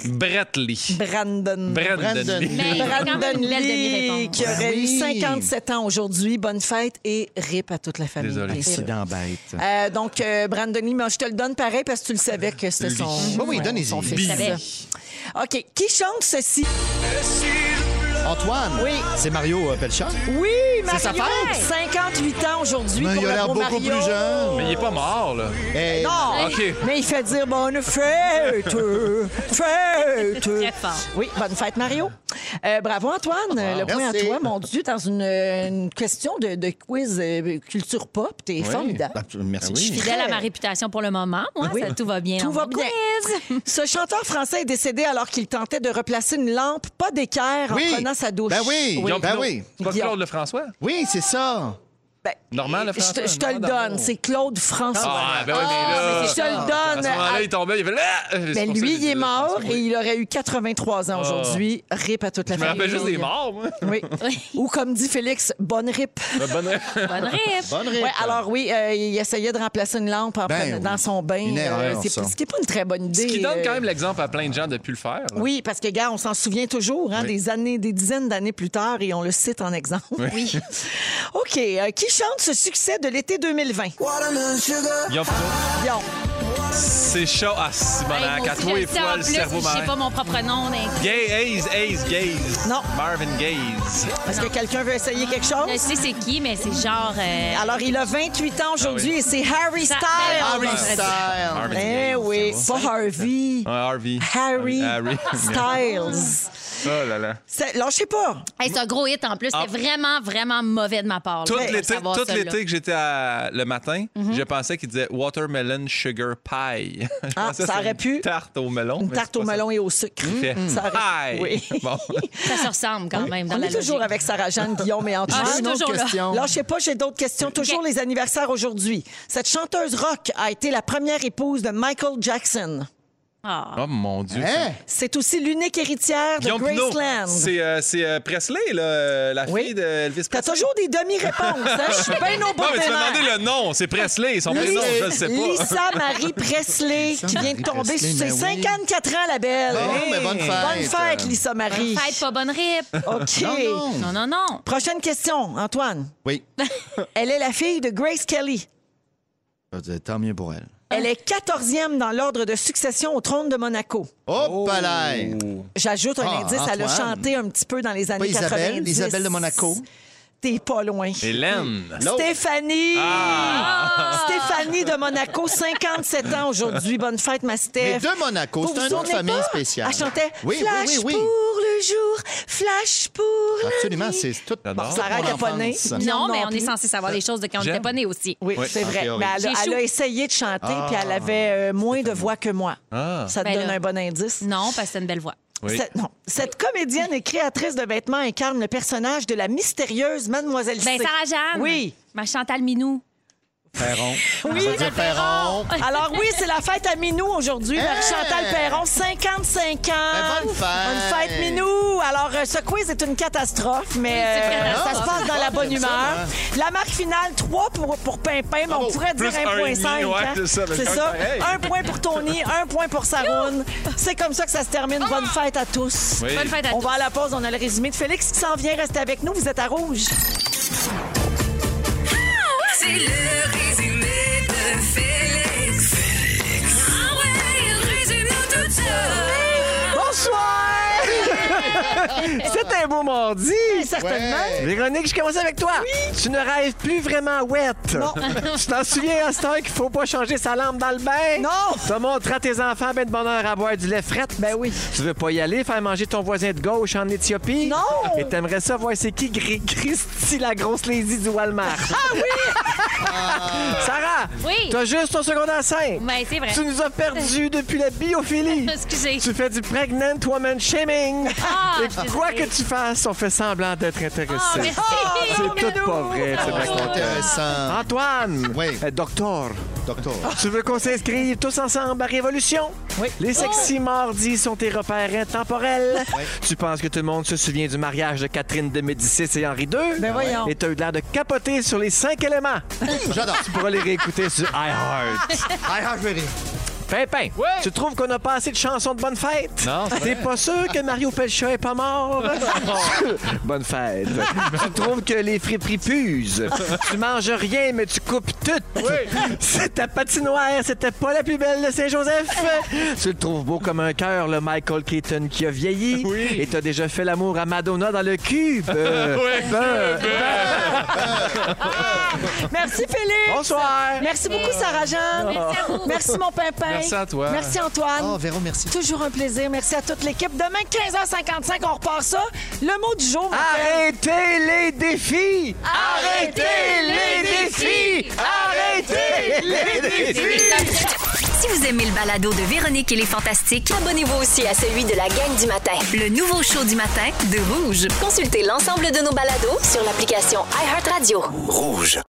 Brett Lee.
Brandon.
Brandon,
Brandon
Lee.
Mais c'est quand
Brandon
même une belle
Lee,
demi-réponse.
qui aurait eu
Ben Oui.
57 ans aujourd'hui. Bonne fête et rip à toute la famille.
Désolé.
bien sûr.
Accident bête.
Euh, donc, euh, Brandon Lee, mais je te le donne pareil parce que tu le savais que c'était son,
Oui, oui, donnez-y.
son
Billy.
fils. OK. Qui chante ceci?
Antoine,
Oui.
c'est Mario euh, Pelchat.
Oui, Mario.
sa fête?
58 ans aujourd'hui
Mais
pour
Ben, il a
le
l'air
beau
beaucoup
Mario.
plus jeune.
Mais il est pas mort, là.
Hey,
Non!
OK.
Mais il fait dire bonne fête! Fête!
Très fort.
Oui, bonne fête, Mario. Euh, bravo, Antoine. Le point à
Merci.
toi, mon Dieu, dans une, une question de, de quiz euh, culture pop. T'es formidable.
bah, merci.
Je suis fidèle à ma réputation pour le moment. Moi, ça, tout va bien.
Tout
dans
va
mon
bien.
quiz.
Ce chanteur français est décédé alors qu'il tentait de replacer une lampe, pas d'équerre,
Oui.
en prenant sa douche.
Ben oui.
Guillaume
Ben
Pinault.
oui.
C'est pas
Guillaume.
Claude Lefrançois?
Oui, c'est ça.
Ben,
Normal, le
je,
François?
te- je te le
Normal,
donne.
d'amour.
C'est Claude François.
Ah, ben oui, mais là...
mais je te le
À
donne.
ce moment-là,
À-
il tombait, il fait... Ah! C'est
Ben,
pour ça
lui,
que
il est
j'ai dit
mort
Lefrançois.
et il aurait eu 83
Ah.
ans aujourd'hui. Rip à toute la
Je me
famille.
rappelle juste des morts, moi.
Oui. Ou comme dit Félix, bonne rip.
Bonne...
Bonne rip.
Bonne
Ouais, alors oui, euh, il essayait de remplacer une lampe en
Ben
prenant-
oui.
dans son bain. euh,
Une erreur,
c'est-
ça.
Ce qui n'est pas une très bonne idée.
Ce qui donne quand
euh,
même l'exemple à plein de gens de plus le faire. là.
Oui, parce que, gars, on s'en souvient toujours, hein, des années, des dizaines d'années plus tard, et on le cite en exemple. Oui. OK. euh, qui chante ce succès de l'été 2020?
Guillaume Pinault,
Dion.
C'est chaud. Ah,
Hey,
Simonac,
moi
à
aussi,
toi
je
et
le sais
fois,
en
le
plus,
cerveau
Je sais pas
malade.
mon propre nom. mais-
Gay, Hayes, Hayes, Gaze.
Non.
Marvin Gaze.
Est-ce que quelqu'un veut essayer quelque
Je
chose?
sais c'est qui, mais c'est genre. euh,
Alors, il a 28 ans aujourd'hui
Ah oui.
et c'est Harry
Ça- ben,
Styles.
Harry
Style.
Ah, Marvin
Eh
Gaye,
oui,
c'est
pas
bon.
Harvey.
Ouais, Harvey.
Harry
Harry.
Styles.
Oh là là.
C'est- Lâchez pas.
hey, c'est un gros hit en plus.
Ah.
C'était vraiment, vraiment mauvais de ma part. là,
Tout
de
l'été,
savoir
tout
ça, là.
l'été que j'étais à- le matin,
Mhm.
je pensais qu'il disait watermelon sugar pie. Je
Ah,
pensais
ça
que c'était
aurait
une
pu.
Tarte au melon.
Une
mais
tarte
c'est
au
pas ça.
melon et au sucre.
Il fait
Ça aurait-
pie.
Oui.
Bon.
Ça se ressemble quand même dans
On
la
est toujours
logique.
avec Sarah-Jeanne, Guillaume et Antoine.
Ah, je suis
Une autre
toujours là.
question. Lâchez pas, j'ai d'autres questions. Toujours les anniversaires aujourd'hui. Cette chanteuse rock a été la première épouse de Michael Jackson.
Ah.
Oh mon Dieu.
Hein?
C'est aussi l'unique héritière de
Guillaume Pinault.
Graceland.
C'est euh, c'est, euh, Presley, là, euh, la
Oui.
fille de Elvis
T'as
Presley.
toujours des demi-réponses. hein? Je suis bien au bout
Non, mais tu
des
m'as
nerfs.
demandé le nom. C'est Presley, son prénom, je le sais pas.
Lisa Marie Presley, qui vient de
Lisa-Marie
tomber
Presley,
sur ses
mais oui.
54 ans, la belle.
Oh, mais bonne fête.
Bonne fête, Lisa Marie.
Fête pas bonne rip.
OK.
Non, non.
Non, non, non.
Prochaine question, Antoine.
Oui.
Elle est la fille de Grace Kelly.
Ça faisait Tant mieux pour elle.
Elle est 14e dans l'ordre de succession au trône de Monaco.
Hop là!
J'ajoute un
Ah,
indice, elle a
Antoine.
chanté un petit peu dans les
Pas
années 90.
Isabelle, Isabelle de Monaco.
T'es pas loin.
Hélène.
L'autre. Ah!
Stéphanie! Stéphanie de Monaco, 57 ans aujourd'hui. Bonne fête, ma
Mais
Steph.
de Monaco,
Vous
c'est un
vous
nom de
souvenez
famille
pas?
spéciale.
Elle chantait
Oui,
Flash
oui, oui, oui.
pour le jour, Flash pour la
Absolument,
nuit.
c'est tout.
J'adore.
toute
Sarah
mon
était pas née.
enfance.
Non,
Non, mais
non
on
plus.
est censé savoir les choses de quand on
J'aime.
n'était pas né aussi.
Oui,
Oui,
c'est
en
vrai.
théorie.
Mais
Ah.
elle, a-
J'ai
elle a
chaud.
essayé de chanter, puis elle avait euh, moins de voix que moi.
Ah.
Ça te
Ben
donne
là.
un bon indice.
Non, parce que c'est une belle voix.
Oui.
Cette, non. Cette comédienne et créatrice de vêtements incarne le personnage de la mystérieuse Mademoiselle
Ben,
C.
Sarah-Jeanne.
Oui.
Ma Chantal Minou.
Perron. Oui, Perron.
Alors oui, c'est la fête à Minou aujourd'hui. Marie-Chantal Perron, 55 ans.
Ben, bonne fête.
Bonne fête, Minou. Alors, euh, ce quiz est une catastrophe, mais
c'est une
euh, ça se
catastrophe.
passe dans la bonne humeur. La marque finale, 3 pour, pour Pimpin, mais on pourrait dire
Plus un
1,5.
et demi, ouais,
hein.
c'est ça, mais
C'est
quand
ça.
même, hey.
Un point pour Tony, un point pour Saroune. C'est comme ça que ça se termine. Bonne
Ah!
fête à tous.
Oui.
Bonne fête à
On
tous.
va à la pause, on a le résumé de Félix qui s'en vient. Restez avec nous, vous êtes à rouge.
Ben
C'est le résumé de Félix. Félix. Ah ouais, résume-nous tout ça.
Bonsoir!
C'est un beau mardi.
certainement. Ouais.
Véronique, je commence avec toi. Tu ne rêves plus vraiment wet.
Non.
tu t'en souviens à cette heure qu'il faut pas changer sa lampe dans le bain?
Non.
Tu montres à tes enfants ben de bonheur à boire du lait fret.
Ben oui.
Tu veux pas y aller faire manger ton voisin de gauche en Éthiopie?
Non.
Et t'aimerais ça voir c'est qui Gri- Christy, la grosse lady du Walmart.
Ah
oui! Sarah!
Oui.
T'as juste ton secondaire 5.
Ben, c'est vrai.
Tu nous as perdus depuis la biophilie.
Excusez.
Tu fais du pregnant woman shaming.
Ah, je
Et
suis
quoi que
désolée.
tu fasses, on fait semblant d'être intéressé.
Ah, merci.
Oh,
c'est tout pas vrai.
Ah,
C'est bien
c'est
Ah.
content. Antoine. euh,
Oui.
docteur.
euh, Docteur.
Tu veux qu'on s'inscrive tous ensemble à Révolution? Oui. Les sexy mardis sont tes repères intemporels. Tu penses que tout le monde se souvient du mariage de Catherine de Médicis et Henri II?
Ben voyons.
Et t'as eu l'air de capoter sur les cinq éléments.
J'adore.
Tu pourras les réécouter sur iHeart. Pimpin, tu trouves qu'on a pas assez de chansons de bonne fête?
Non, c'est
T'es pas sûr que Mario Pelcha est pas mort? bonne fête. tu trouves que les friperies puent? tu manges rien, mais tu coupes tout. C'est ta patinoire, c'était pas la plus belle de Saint-Joseph. tu le trouves beau comme un cœur, le Michael Keaton qui a vieilli. Et t'as déjà fait l'amour à Madonna dans le cube. Euh,
Oui.
ben,
Merci, Philippe.
Bonsoir.
Merci beaucoup, Sarah-Jeanne.
Euh, Merci à
Merci, mon pimpin.
Merci à toi.
Merci, Antoine.
Oh,
Véro, merci.
Toujours un plaisir. Merci à toute l'équipe. Demain, 15h55, on repart ça. Le mot du jour.
Arrêtez les défis!
Arrêtez les défis! Arrêtez les défis!
Si vous aimez le balado de Véronique et les Fantastiques, abonnez-vous aussi à celui de la gang du matin. Le nouveau show du matin de Rouge.
Consultez l'ensemble de nos balados sur l'application iHeartRadio.
Rouge.